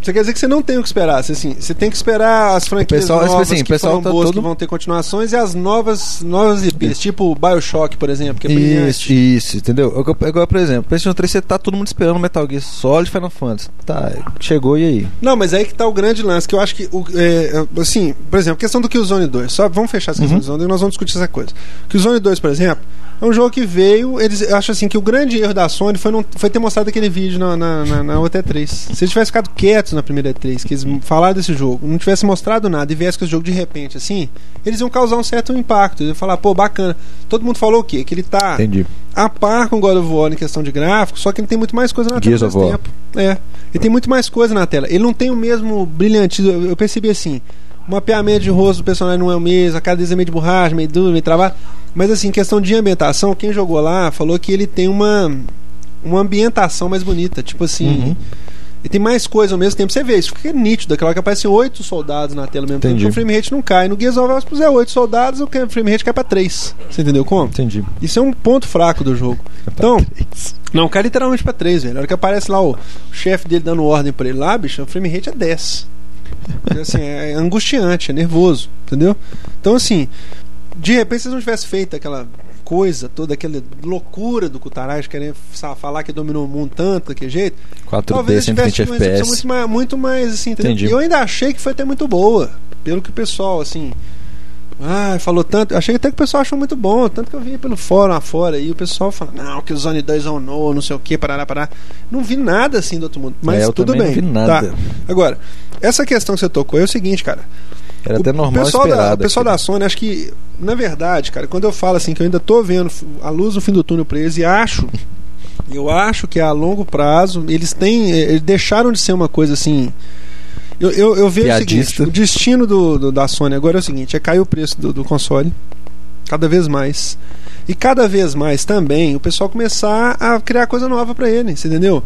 Você quer dizer que você não tem o que esperar, você, assim, você tem que esperar as franquias
pessoal-
novas
assim, o
que
pessoal
foram
tá
boas,
todo-
que vão ter continuações e as novas, novas IPs, tipo BioShock, por exemplo, que é brilhante.
Isso, isso, entendeu? É Agora, agora, por exemplo, PlayStation 3, você tá todo mundo esperando Metal Gear Solid Final Fantasy. Tá, chegou e aí?
Não, mas aí que tá o grande lance, que eu acho que, o, é, assim, por exemplo, questão do Killzone 2, só vamos fechar essa questão do Killzone 2 e nós vamos discutir essa coisa. Killzone 2, por exemplo, é um jogo que veio, eles, eu acho assim, que o grande erro da Sony foi, não, foi ter mostrado aquele vídeo na, na, na, na outra E3. Se eles tivessem ficado quietos na primeira E3, que eles falaram desse jogo, não tivessem mostrado nada e viesse com esse jogo de repente, assim, eles iam causar um certo impacto, eles iam falar, pô, bacana. Todo mundo falou o quê? Que ele tá
Entendi.
a par com God of War em questão de gráfico, só que ele tem muito mais coisa na
Gears
tela ao mesmo
of
tempo. É. Ele tem muito mais coisa na tela. Ele não tem o mesmo brilhantismo. Eu- Eu percebi assim: o mapeamento de rosto do personagem não é o mesmo, a cara deles é meio de borracha, meio duro, meio travado. Mas assim, em questão de ambientação, quem jogou lá falou que ele tem uma, uma ambientação mais bonita. Tipo assim.
Uhum.
E tem mais coisa ao mesmo tempo. Você vê, isso fica nítido. Aquela hora que aparecem oito soldados na tela ao mesmo tempo.
Entendi.
Então o frame rate não cai. No Gears of War, se puser oito soldados, o frame rate cai pra três. Você entendeu como?
Entendi.
Isso é um ponto fraco do jogo. Então, não, cai literalmente pra 3, velho. Na hora que aparece lá o, o chefe dele dando ordem pra ele lá, bicho, o frame rate é 10. Então, assim, é angustiante, é nervoso, entendeu? Então, assim, de repente, se eles não tivessem feito aquela coisa toda, aquela loucura do Kutaraj querendo sa- falar que dominou o mundo tanto, daquele jeito.
4D,
talvez ele tivesse
120
tido uma execução
FPS.
muito mais, muito mais assim, entendeu?
Entendi.
E eu ainda achei que foi até muito boa, pelo que o pessoal, assim. Ah, falou tanto. Achei até que o pessoal achou muito bom. Tanto que eu vi pelo fórum afora e o pessoal falando, não, que o Zone 2 on no, não sei o que, parará, parará. Não vi nada assim do outro mundo. Mas
É, eu
tudo
também
bem.
não vi nada.
Tá. Agora, essa questão que você tocou é o seguinte, cara.
Era até normal
O pessoal, da, o
esperado.
pessoal
aquilo.
da Sony, acho que, na verdade, cara, quando eu falo assim, que eu ainda tô vendo a luz no fim do túnel pra eles e acho, eu acho que a longo prazo eles têm, eh, eles deixaram de ser uma coisa assim. Eu, eu, eu vejo o seguinte:
Piadista.
o destino do, do- da Sony agora é o seguinte: é cair o preço do, do console cada vez mais. E cada vez mais também o pessoal começar a criar coisa nova pra ele, você entendeu?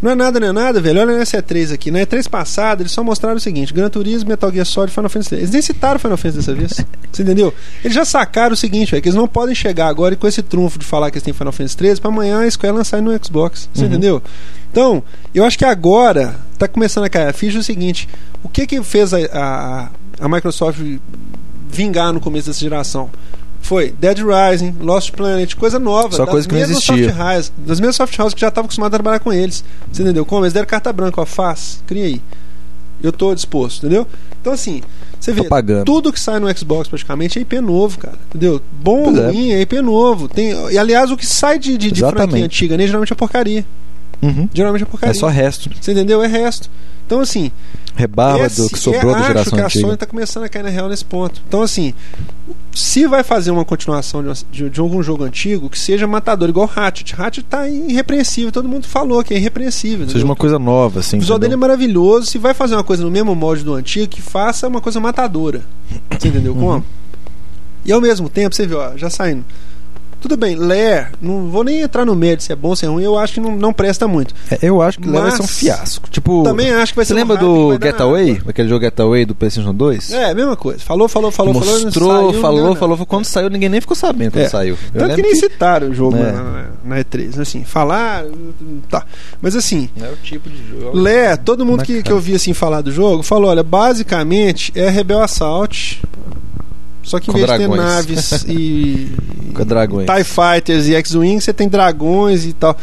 Não é nada, não é nada, velho. Olha nessa E3 aqui. Na E3 passada, eles só mostraram o seguinte: Gran Turismo, Metal Gear Solid Final Fantasy 3. Eles nem citaram Final Fantasy dessa vez. Você entendeu? Eles já sacaram o seguinte, velho, que eles não podem chegar agora e com esse trunfo de falar que eles têm Final Fantasy 13 pra amanhã a Square lançar no Xbox. Você
Uhum.
entendeu? Então, eu acho que agora tá começando a cair a ficha o seguinte: o que que fez a, a, a Microsoft vingar no começo dessa geração? Foi Dead Rising, Lost Planet, coisa nova,
Só coisa que não
mesmas
existia.
soft houses, das mesmas soft houses que já estavam acostumados a trabalhar com eles. Você entendeu como? Eles deram carta branca, ó, faz, cria aí. Eu tô disposto, entendeu? Então assim, você vê,
Tô pagando.
tudo que sai no Xbox praticamente é IP novo, cara. Entendeu? Bom
Pois é.
ruim é IP novo. Tem, e aliás, o que sai de, de, de franquia
Exatamente.
antiga, né, geralmente é porcaria.
Uhum.
Geralmente é
É
porcaria.
só resto.
Você entendeu? É resto. Então, assim,
Rebarba
esse-
Ah, do que sobrou
eu
da
acho
geração
que a
antiga.
Sony tá começando a cair na real nesse ponto. Então, assim, se vai fazer uma continuação de, uma- de- de algum jogo antigo, que seja matador, igual Ratchet. Ratchet tá irrepreensível, todo mundo falou que é irrepreensível.
Seja
entendeu?
uma coisa nova, assim.
O visual dele é
entendeu?
maravilhoso. Se vai fazer uma coisa no mesmo molde do antigo, que faça uma coisa matadora. Você entendeu
Uhum.
como? E ao mesmo tempo, você vê, ó, já saindo. Tudo bem, Lair, não vou nem entrar no mérito se é bom, se é ruim, eu acho que não, não presta muito.
É, eu acho que Mas... vai ser um
Mas-
fiasco. Tipo,
Também acho que vai
você
ser um
lembra
hype que vai
do
dar
Getaway? Aquele jogo Getaway do PlayStation 2?
nada. É, mesma coisa. Falou, falou, falou, falou. não
Mostrou,
saiu, não
falou,
deu nada.
falou. Quando saiu, ninguém nem ficou sabendo quando
É.
saiu. Eu
Tanto que
lembro
nem citaram o jogo na,
É.
na- na E3. Assim, falar. Tá. Mas assim,
Não é o tipo de jogo.
Lé, todo mundo
Na
que,
cara.
que eu vi assim falar do jogo falou: olha, basicamente é Rebel Assault. Só que em
Com
vez de ter
dragões.
naves e.
Com dragões.
TIE Fighters e X-Wing, você tem dragões e tal.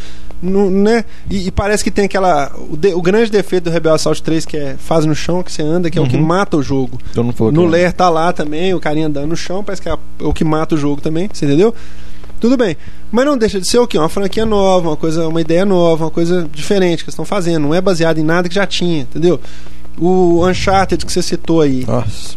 Não, né? e, e parece que tem aquela. O, de- o grande defeito do Rebel Assault 3, que é fase no chão, que você anda, que é o que
Uhum.
mata o jogo.
Então não falou
No
que-
Ler tá lá também, o carinha andando no chão, parece que é o que mata o jogo também, você entendeu? Tudo bem. Mas não deixa de ser o quê? Uma franquia nova, uma coisa, uma ideia nova, uma coisa diferente que eles estão fazendo. Não é baseado em nada que já tinha, entendeu? O Uncharted que você citou aí,
Nossa.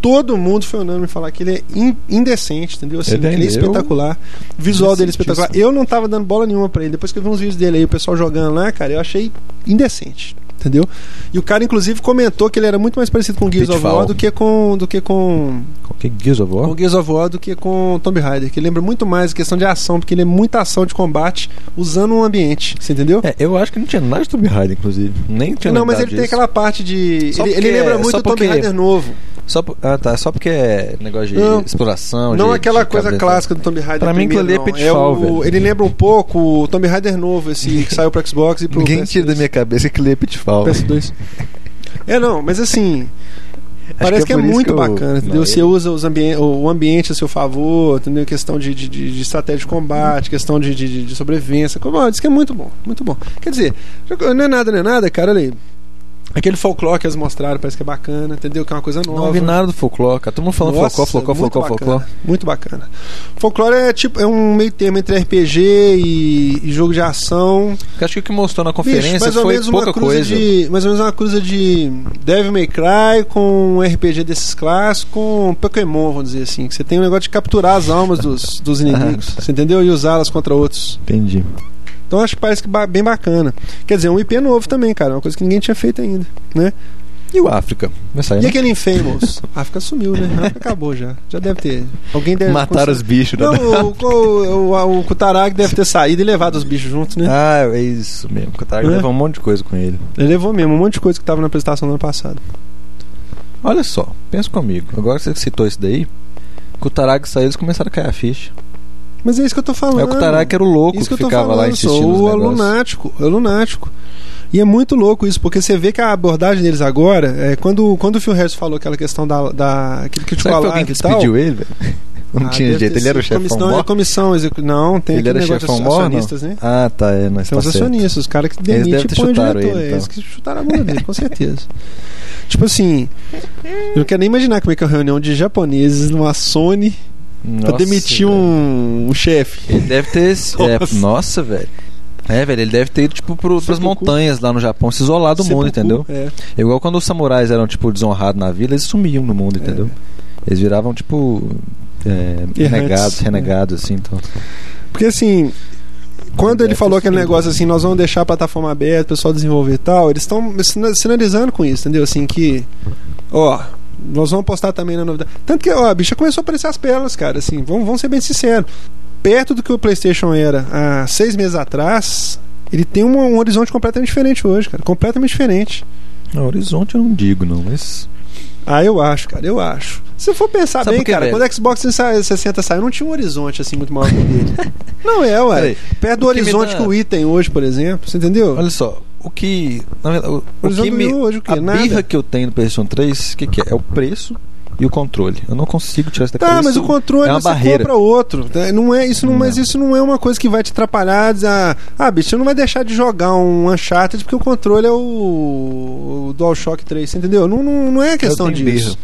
todo mundo foi unânime em falar que ele é in- indecente, entendeu? Assim,
Ele é-
ele é
eu-
espetacular. O visual dele é
Decentíssimo.
espetacular. Eu não tava dando bola nenhuma pra ele. Depois que eu vi uns vídeos dele aí, o pessoal jogando lá, cara, eu achei indecente. Entendeu? E o cara, inclusive, comentou que ele era muito mais parecido com Gears of
Pitfall.
War do que com. do que com.
Que Gears of War?
com Gears of War do que com Tomb Raider, que lembra muito mais a questão de ação, porque ele é muita ação de combate usando um ambiente, você entendeu?
É, eu acho que não tinha nada de Tomb Raider, inclusive. Nem tinha
não, mas ele
lembrado
tem
disso.
aquela parte de.
Só
Ele, ele
porque- é,
lembra
só
muito o Tomb
porque-
Raider novo.
Só, por- ah, tá. Só porque é negócio de
Não.
exploração.
Não
de-
aquela
de
coisa
cabeça.
clássica do Tomb Raider.
Pra mim,
primeiro,
aquilo ali é
não.
Pitfall,
o-
velho.
Ele lembra um pouco o Tomb Raider novo, esse que saiu pro Xbox e pro
Ninguém
PS2.
tira da minha cabeça que ele é Pitfall.
PS2. É, não, mas assim.
Acho
parece que é,
por isso
muito
eu-
bacana,
Não,
entendeu?
ele-
Você usa os ambien- o ambiente a seu favor, entendeu? Questão de, de, de- de estratégia de combate, questão de, de, de sobrevivência. Como, ó, diz que é muito bom, muito bom. Quer dizer, não é nada, não é nada, cara, olha aí. Aquele folclore que eles mostraram parece que é bacana, entendeu? Que é uma coisa nova.
Não vi nada do folclore, cara. Todo mundo falando
Nossa, é
folclore, folclore,
muito
folclore,
bacana,
folclore.
Muito bacana. Folclore é tipo é um meio termo entre RPG e, e jogo de ação.
Eu Acho que o que mostrou na
Bicho,
conferência
mais ou
foi
menos
pouca
uma cruza
coisa.
de. Mais ou menos uma cruza de Devil May Cry com um RPG desses clássicos com Pokémon, vamos dizer assim. Que você tem um negócio de capturar as almas dos, dos inimigos. você entendeu? E usá-las contra outros.
Entendi.
Então acho que parece que ba- bem bacana. Quer dizer, um IP novo também, cara. Uma coisa que ninguém tinha feito ainda. Né?
E o África? Vai sair,
E
né?
aquele Infamous? A África sumiu, né? A África acabou já. Já deve ter. Alguém deve
Mataram os bichos.
é não,
né?
o, o, o, o Kutaragi deve ter saído e levado os bichos juntos, né?
Ah, é isso mesmo. O Catargo
É.
levou um monte de coisa com ele.
Ele levou mesmo um monte de coisa que tava na apresentação do ano passado.
Olha só, pensa comigo. Agora que você citou isso daí, o Kutarag saiu, eles começaram a cair a ficha.
Mas é isso que eu tô falando.
É o Kutarag que era o louco
Isso
que,
que eu tô
ficava
falando,
lá
sou
insistindo nos
o
negócios.
lunático, é o lunático. E é muito louco isso, porque você vê que a abordagem deles agora, é, quando, quando o Phil Harris falou aquela questão da. da que ele
Será que
criticou a
foi alguém
live
que
e tal.
despediu ele, velho? Não
Ah,
tinha
deve
jeito,
ter
ele era o
sido
chefão
Não, é
mó?
comissão executiva. Não, tem
Ele
aquele
era
negócio
chefão
de
mó, ou não?
acionistas, né?
Ah, tá, é, nós
Tem
tá
os
certo.
acionistas, os caras que
Eles devem
demitem
ter
e põem o
chutado
diretor. é
ele, então.
Eles que chutaram a bunda dele, com certeza. tipo assim, eu não quero nem imaginar como é que é uma reunião de japoneses numa Sony pra
Nossa,
demitir
velho.
um, um chefe.
Ele deve ter. é, nossa, velho. É, velho, ele deve ter ido, tipo, pro, pras
Seppuku.
montanhas lá no Japão, se isolar do mundo,
Seppuku,
entendeu?
É.
É igual quando os samurais eram, tipo, desonrados na vila, eles sumiam no mundo, entendeu? Eles viravam, tipo. é,
É. Errantes,
renegados,
né?
renegados, assim, então.
Porque assim, quando ele
Deve
falou
ter
aquele
sido.
negócio assim, nós vamos deixar a plataforma aberta, o pessoal desenvolver e tal, eles estão sina- sinalizando com isso, entendeu? Assim que, ó, nós vamos postar também na novidade. Tanto que, ó, a bicha começou a aparecer as pérolas, cara, assim, vamos, vamos ser bem sinceros. Perto do que o PlayStation era há seis meses atrás, ele tem um, um horizonte completamente diferente hoje, cara, completamente diferente.
No horizonte eu não digo, não, mas.
Ah, eu acho, cara, eu acho. Se eu for pensar
Sabe
bem,
por quê,
cara,
velho?
quando o Xbox 360 saiu, não tinha um horizonte assim muito maior que o dele. não é, ué.
Peraí,
Perto do
O que me
horizonte
dá-
que o Wii tem hoje, por exemplo. Você entendeu?
olha só, o que. Na verdade, o,
o
o que
horizonte
me.
do Wii hoje o quê?
A
Nada.
birra que eu tenho no PlayStation 3, o que, que é? É o preço e o controle. Eu não consigo tirar isso da
Tá,
cabeça.
mas o controle
é uma
você
barreira.
compra outro. tá? Não é isso, não,
Não.
mas isso não é uma coisa que vai te atrapalhar. dizer, Ah, ah, bicho, você não vai deixar de jogar um Uncharted porque o controle é o, o DualShock 3, você entendeu? Não, não, não é questão
Eu tenho
disso.
birra.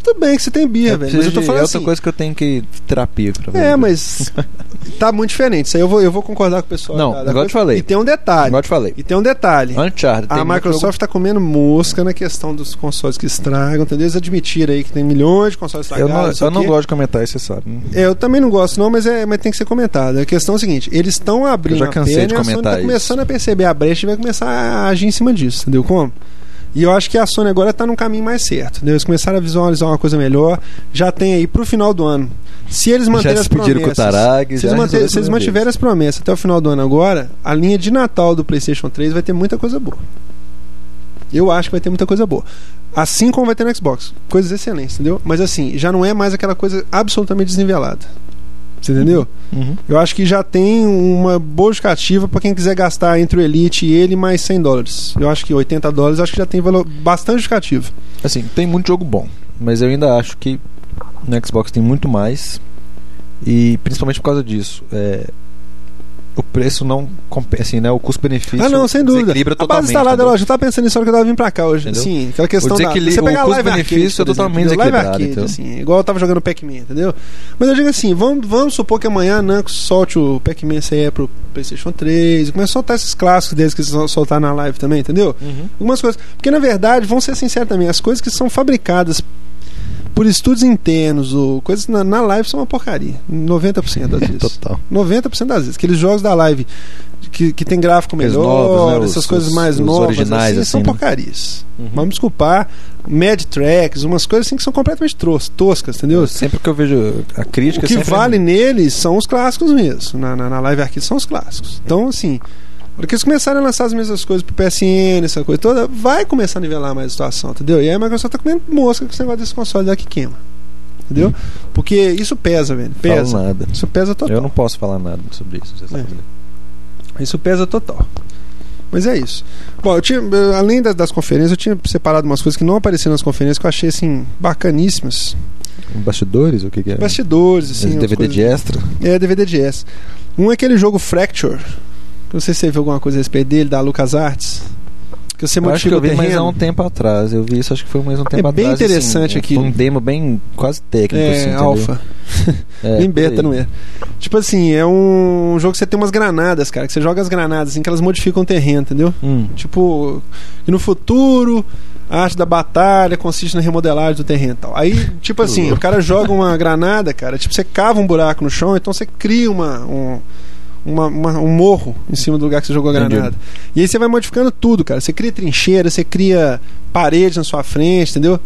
Tudo bem que você tem birra,
Eu
velho. Mas eu tô
preciso de-
falando
é
assim,
outra coisa que eu tenho que terapia pra
É,
fazer.
mas tá muito diferente. Isso aí eu vou, eu vou concordar com o pessoal.
Não,
da- da
igual eu
coisa.
te falei.
E tem um detalhe.
Igual eu te falei.
E tem um detalhe.
Uncharted.
A
tem muito
Microsoft está comendo mosca na questão dos consoles que estragam, entendeu? Eles admitiram aí que tem milhões de consoles
jogo- Eu não,
estragados.
eu não
sei o quê.
gosto de comentar isso, você sabe. né?
É, eu também não gosto, não, mas, é, mas tem que ser comentado. A questão é a seguinte: eles estão abrindo
Eu já cansei
a perna
de
e a Sony
comentar
tá
isso.
começando a perceber a brecha e vai começar a agir em cima disso, entendeu como? E eu acho que a Sony agora está num caminho mais certo. Entendeu? Eles começaram a visualizar uma coisa melhor. Já tem aí pro final do ano. Se eles manterem as
despediram com o
promessas.
Tarag,
se
já
eles, manter-
resolveram
se eles
o problema
mantiverem as promessas até o final do ano agora, a linha de Natal do PlayStation 3 vai ter muita coisa boa. Eu acho que vai ter muita coisa boa. Assim como vai ter no Xbox. Coisas excelentes, entendeu? Mas assim, já não é mais aquela coisa absolutamente desnivelada. Você entendeu?
Uhum.
Eu acho que já tem uma boa justificativa para quem quiser gastar entre o Elite e ele mais 100 dólares. Eu acho que 80 dólares, eu acho que já tem valor bastante justificativo.
Assim, tem muito jogo bom, mas eu ainda acho que no Xbox tem muito mais. E principalmente por causa disso. é, o preço não compensa, assim, né? O custo-benefício.
ah, não, sem dúvida.
desequilibra
a base
totalmente,
instalada, é
entendeu?
eu já tava pensando nisso na hora que eu tava vindo pra cá hoje.
Entendeu?
Sim, aquela questão
O
da.
desequili-
Você
o
pega a live
custo-benefício
arcade, por
é totalmente
exemplo, live
desequilibrado,
arcade,
então.
assim, igual eu tava jogando Pac-Man, entendeu? Mas eu digo assim, vamos, vamos supor que amanhã a Namco solte o Pac-Man CE pro PlayStation 3, começa a soltar esses clássicos deles que eles vão soltar na live também, entendeu?
Uhum.
Algumas coisas. Porque, na verdade, vamos ser sinceros também, as coisas que são fabricadas por estudos internos ou coisas na, na live são uma porcaria. 90% das vezes.
É, Total.
90% das vezes. Aqueles jogos da live que, que tem gráfico
Aqueles
melhor,
novos, né, os-
essas coisas
os-
mais
os
novas,
originais,
assim, são
assim, né?
porcarias.
Uhum.
Vamos desculpar. Mad tracks, umas coisas assim que são completamente tros- toscas, entendeu?
Sempre que eu vejo a
O
crítica.
que
sempre é
vale neles são os clássicos mesmo. Na, na, na live arcade são os clássicos. Então, assim, na hora que eles começarem a lançar as mesmas coisas pro PSN, essa coisa toda, vai começar a nivelar mais a situação, entendeu? E aí a Microsoft tá comendo mosca com esse negócio desse console daqui que queima.
Hum.
Entendeu? Porque isso pesa, velho.
Não falo
Pesa.
nada.
Isso pesa total. É.
Eu não posso falar nada sobre isso, você sabe. né?
Isso pesa total. Mas é isso. Bom, eu tinha, eh, além das, das conferências, eu tinha separado umas coisas que não apareceram nas conferências que eu achei assim bacaníssimas.
Bastidores? O que, que é?
Bastidores, assim, umas
DVD
coisas-
de extra?
É, DVD de S. Um é aquele jogo Fracture. que Não sei se você viu alguma coisa a respeito dele, da LucasArts. Que você
Eu acho que
modifica
eu
o
vi mais há
terreno. É
um tempo atrás. Eu vi isso, acho que foi mais um tempo
bem
atrás. assim,
interessante
um-
aquilo.
Um demo bem quase técnico, assim,
É,
entendeu?
alfa.
É,
Nem beta,
peraí.
não é. Tipo assim, é um jogo que você tem umas granadas, cara. Que você joga as granadas, assim, que elas modificam o terreno, entendeu?
Hum.
Tipo, que no futuro a arte da batalha consiste na remodelagem do terreno e tal. Aí, tipo assim, o cara joga uma granada, cara, tipo, você cava um buraco no chão, então você cria uma, um, uma- uma- um morro em cima do lugar que você jogou a
Entendi.
granada. E aí você vai modificando tudo, cara. Você cria trincheira, você cria paredes na sua frente, entendeu?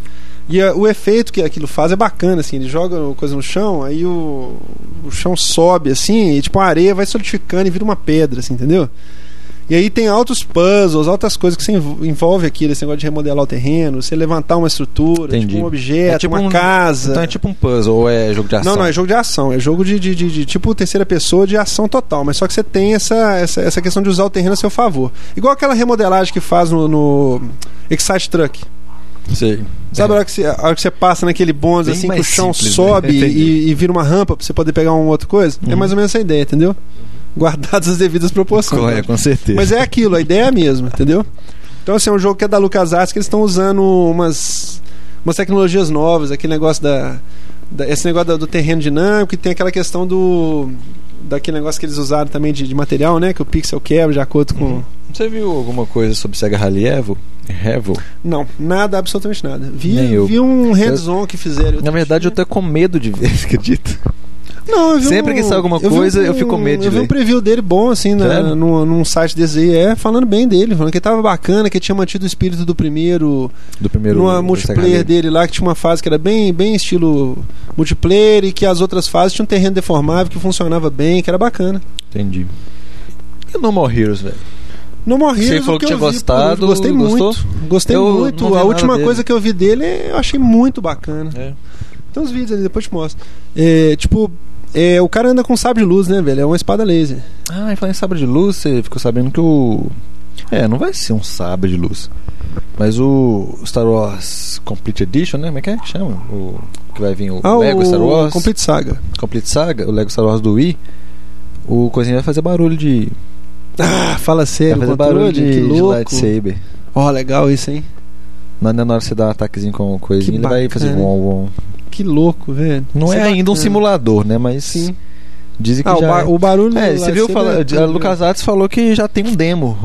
E ah, o efeito que aquilo faz é bacana, assim, ele joga o- coisa no chão, aí o, o chão sobe, assim, e tipo a areia vai solidificando e vira uma pedra, assim, entendeu? E aí tem altos puzzles, altas coisas que se env- envolve aqui, esse negócio de remodelar o terreno, você levantar uma estrutura,
Entendi.
tipo um objeto,
É tipo
uma
um-
casa.
Então é tipo um puzzle ou é jogo de ação?
Não, não, é jogo de ação. É jogo de, de, de- de, tipo terceira pessoa de ação total. Mas só que você tem essa, essa, essa questão de usar o terreno a seu favor. Igual aquela remodelagem que faz no, no Excite Truck.
Sei.
Sabe
É.
a, hora que você, a hora que você passa naquele bonde
Bem
assim, que
mais
o chão
simples, né?
sobe
Entendi.
e, e vira uma rampa pra você poder pegar uma outra coisa? É
Uhum.
mais ou menos essa ideia, entendeu? Guardadas as devidas proporções.
Corre, com certeza.
Mas é aquilo, a ideia é a mesma, entendeu? Então, assim, é um jogo que é da LucasArts, que eles estão usando umas, umas tecnologias novas, aquele negócio da, da- Esse negócio da- do terreno dinâmico e tem aquela questão do. Daquele negócio que eles usaram também de, de material, né? Que o pixel quebra de acordo com.
Uhum. Você viu alguma coisa sobre Sega Rally Evo? Revo?
Não, nada, absolutamente nada. Vi,
Nem eu.
vi um hands-on que fizeram.
Na verdade, eu tô com medo de ver, você acredita?
Não, eu vi
Sempre
um-
que sai alguma
vi
coisa, eu fico com medo de
Eu vi um
ver.
preview dele bom, assim, na,
Sério?
no, num site desse aí, é, falando bem dele, falando que ele tava bacana, que ele tinha mantido o espírito do primeiro,
Do primeiro.
numa
do
multiplayer
Sega
dele lá, que tinha uma fase que era bem, bem estilo multiplayer e que as outras fases tinham um terreno deformável que funcionava bem, que era bacana.
Rally. Entendi. E o Normal Heroes, velho?
Não morri,
Você falou que tinha gostado,
Gostei
gostou?
muito. Gostei
Eu não vi
muito. A
nada
última
dele.
coisa que eu vi dele é- eu achei muito bacana.
É.
Tem uns vídeos ali, depois eu te mostro. É, tipo, é, o cara anda com um sabre de luz, né, velho? É uma espada laser.
Ah, e falando em sabre de luz, você ficou sabendo que o. É, não vai ser um sabre de luz. Mas o Star Wars Complete Edition, né? Como é que é que chama? O que vai vir o
Ah,
Lego
o
né, Star Wars Complete...
Complete Saga.
Saga, o Lego Star Wars do Wii. O coisinha vai fazer barulho de.
Ah, fala sério,
vai fazer
o
barulho
controle, que
Tá de, de
louco.
lightsaber.
Ó, legal isso, hein?
Na, na hora que você dá um ataquezinho com coisinha,
Que
ele vai fazer
bacana.
wom, wom.
Que louco, velho.
Não
Isso
é, ainda um
bacana.
simulador, né? Mas
Sim.
dizem que
Ah, o,
já
ba- o barulho
É,
do
você viu
lightsaber
falar,
é
a
tudo,
Lucas Arts falou que já tem um demo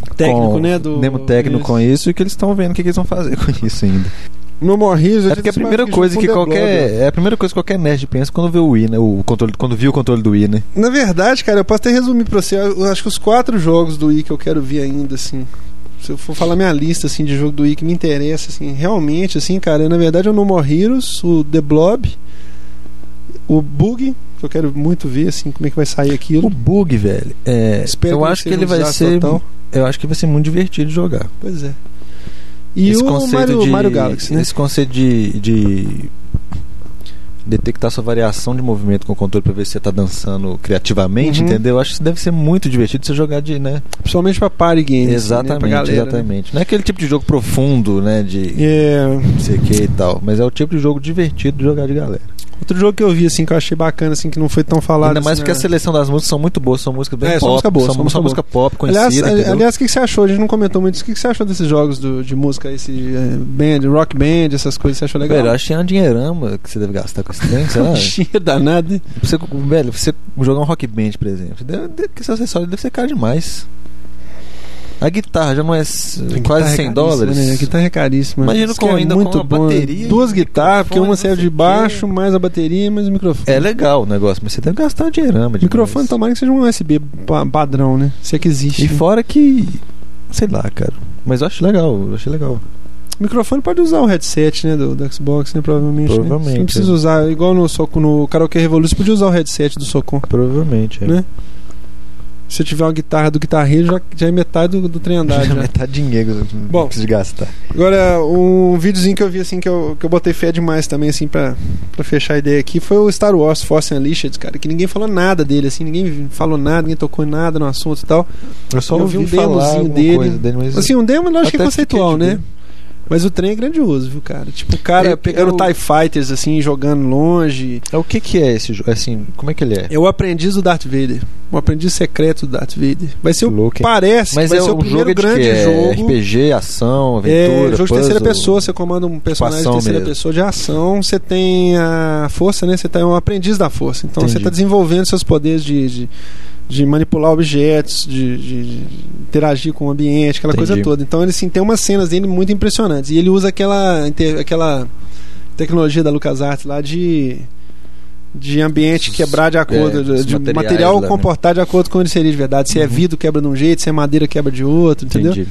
né? técnico,
com-
né, do
demo técnico
isso.
com isso e que eles estão vendo o que, que eles vão fazer com isso ainda.
No More Heroes, eu
É
já
porque a
disse
primeira
mais
coisa
isso
que
com The Blob.
qualquer é a primeira coisa que qualquer nerd pensa quando vê o Wii, né, o controle, quando viu o controle do Wii, né?
Na verdade, cara, eu posso até resumir pra você. Eu acho que os quatro jogos do Wii que eu quero ver ainda, assim. Se eu for falar minha lista, assim, de jogo do Wii que me interessa, assim, realmente, assim, cara, na verdade é o No More Heroes, o The Blob, o Bug, que eu quero muito ver, assim, como é que vai sair
O
aquilo.
bug, velho. é,
Espero
eu
que não
acho que
seja
ele
um
vai
desastre
ser
total.
eu acho que vai ser muito divertido de jogar.
Pois é. E
esse
o
conceito
Mario,
de
Mario Galaxy, né?
esse conceito de, de detectar sua variação de movimento com o controle pra ver se você tá dançando criativamente,
Uhum.
entendeu? Eu Acho que isso deve ser muito divertido você jogar de, né?
Principalmente pra party games. assim, né?
Exatamente,
Pra galera, né?
exatamente. Não é aquele tipo de jogo profundo, né? De
É,
não sei o que e tal. Mas é o tipo de jogo divertido de jogar de galera.
outro jogo que eu vi, assim, que eu achei bacana, assim, que não foi tão falado.
Ainda mais
assim,
porque
na-
a seleção das músicas são muito boas, são músicas bem
É,
pop.
só música boa,
são,
só música boa.
são música pop conhecida.
Aliás, é ali-
entendeu?
aliás, o que que você achou? A gente não comentou muito isso. O que que você achou desses jogos do- de música, esse eh, band, rock band, essas coisas? Você achou legal?
Velho, eu achei uma dinheirama que você deve gastar com esse trem,
Um
sabe?
cheiro danado. hein?
Você, velho, você jogar um rock band, por exemplo, deve, deve, que esse acessório deve ser caro demais. A guitarra já não é s-
A guitarra
quase
é
100
caríssima,
dólares.
Né? Aqui tá caríssimo.
Imagina com- ainda com uma bateria, né?
Duas guitarras, porque
microfone,
uma saiu
não sei
de
o quê.
baixo, mais a bateria, mais o microfone.
É legal o negócio, mas você deve gastar um dinheirama.
O microfone
demais.
tomara que seja um USB pa- padrão, né? Se é que existe.
E
né?
fora que. Sei lá, cara. Mas eu acho legal, eu achei legal.
O microfone pode usar o headset, né? Do, do Xbox, né? Provavelmente. né?
Provavelmente,
Você não precisa
é.
usar, igual no, Soco- no Karaoke Revolution, podia usar o headset do Socon.
Provavelmente, é.
Né? Se eu tiver uma guitarra do guitarreiro, já, já é metade do, do trem andado.
Já
já.
metade de dinheiro que eu
Bom.
preciso gastar.
Agora, um videozinho que eu vi assim, que eu, que eu botei fé demais também, assim, pra, pra fechar a ideia aqui, foi o Star Wars Force Unleashed, cara, que ninguém falou nada dele, assim, ninguém falou nada, ninguém tocou em nada no assunto e tal.
Eu só
Eu
ouvi
vi um
falar
demozinho
alguma
dele.
coisa dele, mas
Assim, um demo, eu acho que é
Até
conceitual,
fiquei de
né? Mas o trem é grandioso, viu, cara? Tipo, o cara
Eu-
pegando
eu-
TIE Fighters, assim, jogando longe.
é o que que é esse jogo? Assim, como é que ele é?
É o aprendiz do Darth Vader. O aprendiz secreto do Darth Vader. Vai ser é o.
Louco, hein?
Parece,
Mas
vai
é
ser o
um
primeiro
jogo é de
grande
quê? É
jogo.
RPG, ação, aventura,
é, jogo de
puzzle.
terceira pessoa, você comanda um personagem de
ação
terceira
mesmo.
pessoa de ação, você tem a força, né? Você tá é um aprendiz da força. Então
Entendi.
você está desenvolvendo seus poderes de, de, de manipular objetos, de, de- de interagir com o ambiente, aquela
Entendi.
coisa toda. Então ele sim, tem umas cenas dele muito impressionantes. E ele usa aquela, inte- aquela tecnologia da LucasArts lá de. De ambiente
Os-
quebrar de acordo,
é,
de,
os
de
materiais
material
lá, né?
comportar de acordo com ele seria de verdade. Se é
Uhum.
vidro, quebra de um jeito, se é madeira, quebra de outro, entendeu?
Entendi.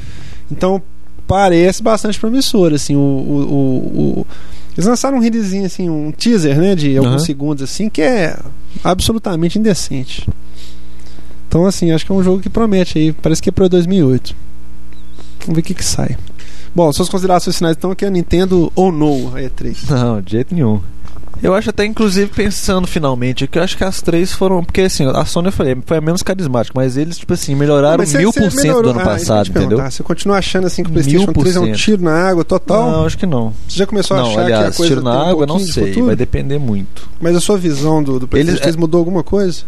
Então parece bastante promissor, assim, o. o- o- o- Eles lançaram um reelzinho, assim, um teaser, né? De alguns
Aham.
segundos, assim, que é absolutamente indecente. Então, assim, acho que é um jogo que promete aí. Parece que é pro 2008. Vamos ver o que que sai. é Bom, suas considerações finais então que a Nintendo ou no a E3.
Não, de jeito nenhum. Eu acho até, inclusive, pensando finalmente, que eu acho que as três foram. Porque assim, a Sony eu falei, foi a menos carismática, mas eles, tipo assim, melhoraram
Mas cê-
mil
cê
por cento
melhorou-
do ano
Ah, isso que eu ia
passado,
te
entendeu?
perguntar. Você continua achando assim que o
Mil
PlayStation
por
3 é um
cento.
tiro na água total?
Não, acho que não.
Você já começou a
Não,
Então, achar que a
aliás,
coisa
tiro na
tem um
água, não
pouquinho de
sei.
futuro?
Vai depender muito.
Mas a sua visão do, do PlayStation
Eles- é-
3 mudou alguma coisa?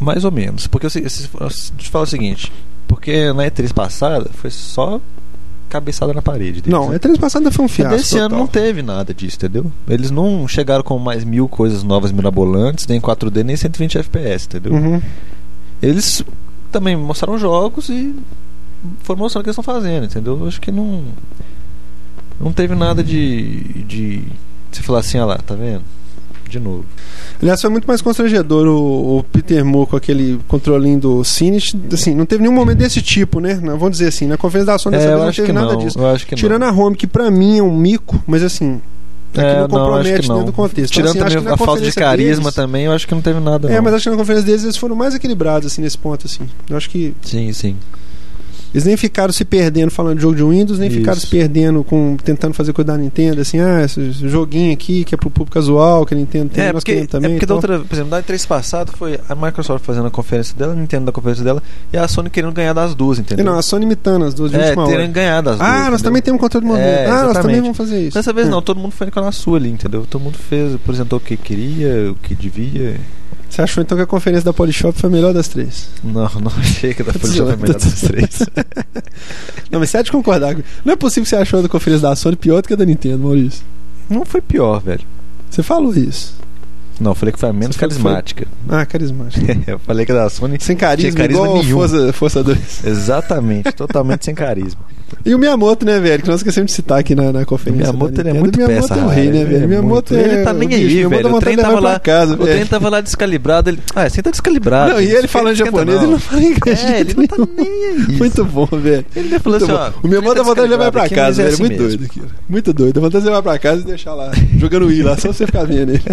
Mais ou menos. Porque eu, se- se- eu te falo o seguinte: porque na E3 passada foi só cabeçada na parede. deles,
Não,
né?
a E3 passada foi um
Mas
fiasco.
Desse ano
total.
não teve nada disso, entendeu? Eles não chegaram com mais mil coisas novas mirabolantes, nem 4D, nem 120 FPS, entendeu?
Uhum.
Eles também mostraram jogos e foram mostrando o que eles estão fazendo, entendeu? Eu acho que não. Não teve nada de. de. Você falar assim, ah lá, tá vendo? De novo.
Aliás, foi muito mais constrangedor o, o Peter Moore com aquele controlinho do Cinect. Assim, não teve nenhum momento desse tipo, né? Não, Vamos dizer assim, na conferência da Sony dessa
É, eu
vez não
acho
teve
que
nada
não.
disso.
Eu acho que não.
Tirando a Home, que pra mim é um mico, mas assim, aquilo
É,
não compromete
acho que
dentro do contexto.
Tirando
Então, assim, acho que
também
na
a falta de
conferência
carisma
deles-
também, eu acho que não teve nada.
É,
não.
mas acho que na conferência deles eles foram mais equilibrados, assim, nesse ponto, assim. Eu acho que
Sim, sim.
eles nem ficaram se perdendo falando de jogo de Windows, nem
Isso.
ficaram se perdendo com tentando fazer coisa da Nintendo, assim, ah, esse joguinho aqui que é pro público casual, que a Nintendo tem,
É,
nós
porque,
queremos
é
também.
porque
e
da
tal.
outra, por exemplo, da E3 passado foi a Microsoft fazendo a conferência dela, a Nintendo da conferência dela, e a Sony querendo ganhar das duas,
E
entendeu?
Não, a Sony imitando as duas de
né? é,
última hora.
terem ganhado as duas.
Ah, nós
entendeu?
também temos um controle de momento.
É,
ah, nós
exatamente.
também vamos fazer isso.
Dessa vez
É.
não, todo mundo foi com a sua ali, entendeu? Todo mundo fez, apresentou o que queria, o que devia.
Você achou então que a conferência da Polishop foi a melhor das três?
Não, não achei que da
Tô
Polishop foi a
zoando,
melhor
tô
das três.
Não, mas você há de concordar. comigo. Não é possível que você achou a da conferência da Sony pior do que a da Nintendo, Maurício.
Não foi pior, velho.
Você falou isso.
Não, eu falei que foi a menos
Você falou que
carismática.
Ah, carismático.
eu falei que a da Sony.
Sem carisma,
Tinha carisma
igual
nenhum.
Força, Força 2.
Exatamente, totalmente sem carisma.
E o Miyamoto, né, velho? Que nós esquecemos de citar aqui na, na conferência.
Miyamoto,
da
ele é
Nintendo.
muito
Miyamoto
peça
é um rei,
rara,
né,
ele é
velho? Miyamoto
muito-
é...
ele tá nem aí,
Miyamoto
velho.
dá
O
vontade
trem
de levar
tava
pra
lá-
Casa,
O
velho.
trem tava lá descalibrado, ele. Ah, você tá descalibrado.
Não, e
gente,
ele falando
esquenta,
japonês, ele não fala inglês.
É, ele não tá nem aí.
Muito bom, velho.
Ele deve falar assim, ó.
O meu manda
tá
a vontade de levar pra
descalibrado aqui,
casa,
mas
velho.
é assim
muito
mesmo.
doido aquilo. Muito doido. Dá vontade de levar pra casa e deixar lá, jogando Wii lá, só pra você ficar vendo ele.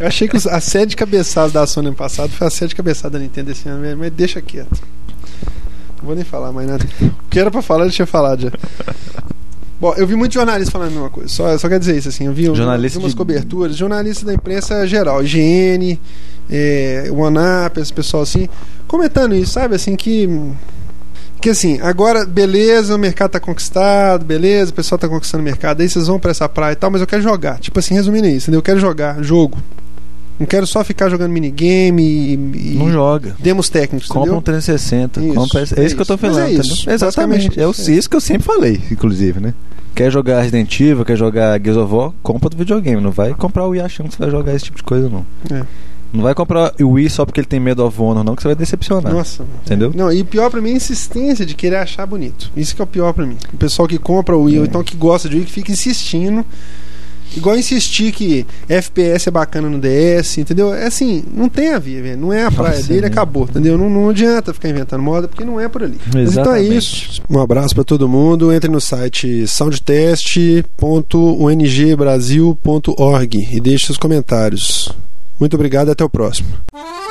Eu achei que os- a sede cabeçada da Sony ano passado foi a sede cabeçada da Nintendo esse ano, velho, mas deixa quieto. Não vou nem falar mais nada. O que era pra falar, eu tinha falado já. Bom, eu vi muito jornalista falando a mesma coisa. Só, só quer dizer isso, assim. Eu vi, um-
Jornalista
vi umas
de-
coberturas. Jornalista da imprensa geral, IGN, é, OneUp, esse pessoal assim, comentando isso, sabe? Assim, que. Que assim, agora, beleza, o mercado tá conquistado, beleza, o pessoal tá conquistando o mercado, aí vocês vão pra essa praia e tal, mas eu quero jogar. Tipo assim, resumindo isso, entendeu? Eu quero jogar jogo. Não quero só ficar jogando minigame e. e
Não joga.
Demos técnicos,
Compra um
entendeu?
360.
Isso,
compra esse- é,
é
isso que eu tô
isso. Mas
falando.
é
entendeu?
isso,
Exatamente.
basicamente
É o-
isso,
isso,
é.
que eu sempre falei, inclusive, né? Quer jogar Resident Evil, quer jogar Gears of War, compra do videogame. Não vai comprar o Wii achando que você vai jogar esse tipo de coisa, não.
É.
Não vai comprar o Wii só porque ele tem medo of Honor, não, que você vai decepcionar.
Nossa,
Entendeu?
Não, e pior pra mim é a insistência de querer achar bonito. Isso que é o pior pra mim. O pessoal que compra o Wii, ou
É.
então que gosta de Wii, que fica insistindo. Igual insistir que FPS é bacana no DS, entendeu? É assim, não tem a ver, velho. Não é a praia
Nossa,
dele,
né?
acabou, entendeu? Não, não adianta ficar inventando moda, porque não é por ali. Mas então é
Exatamente.
isso. Um abraço pra todo mundo. Entre no site soundtest.ongbrasil.org e deixe seus comentários. Muito obrigado e até o próximo.
Thank you.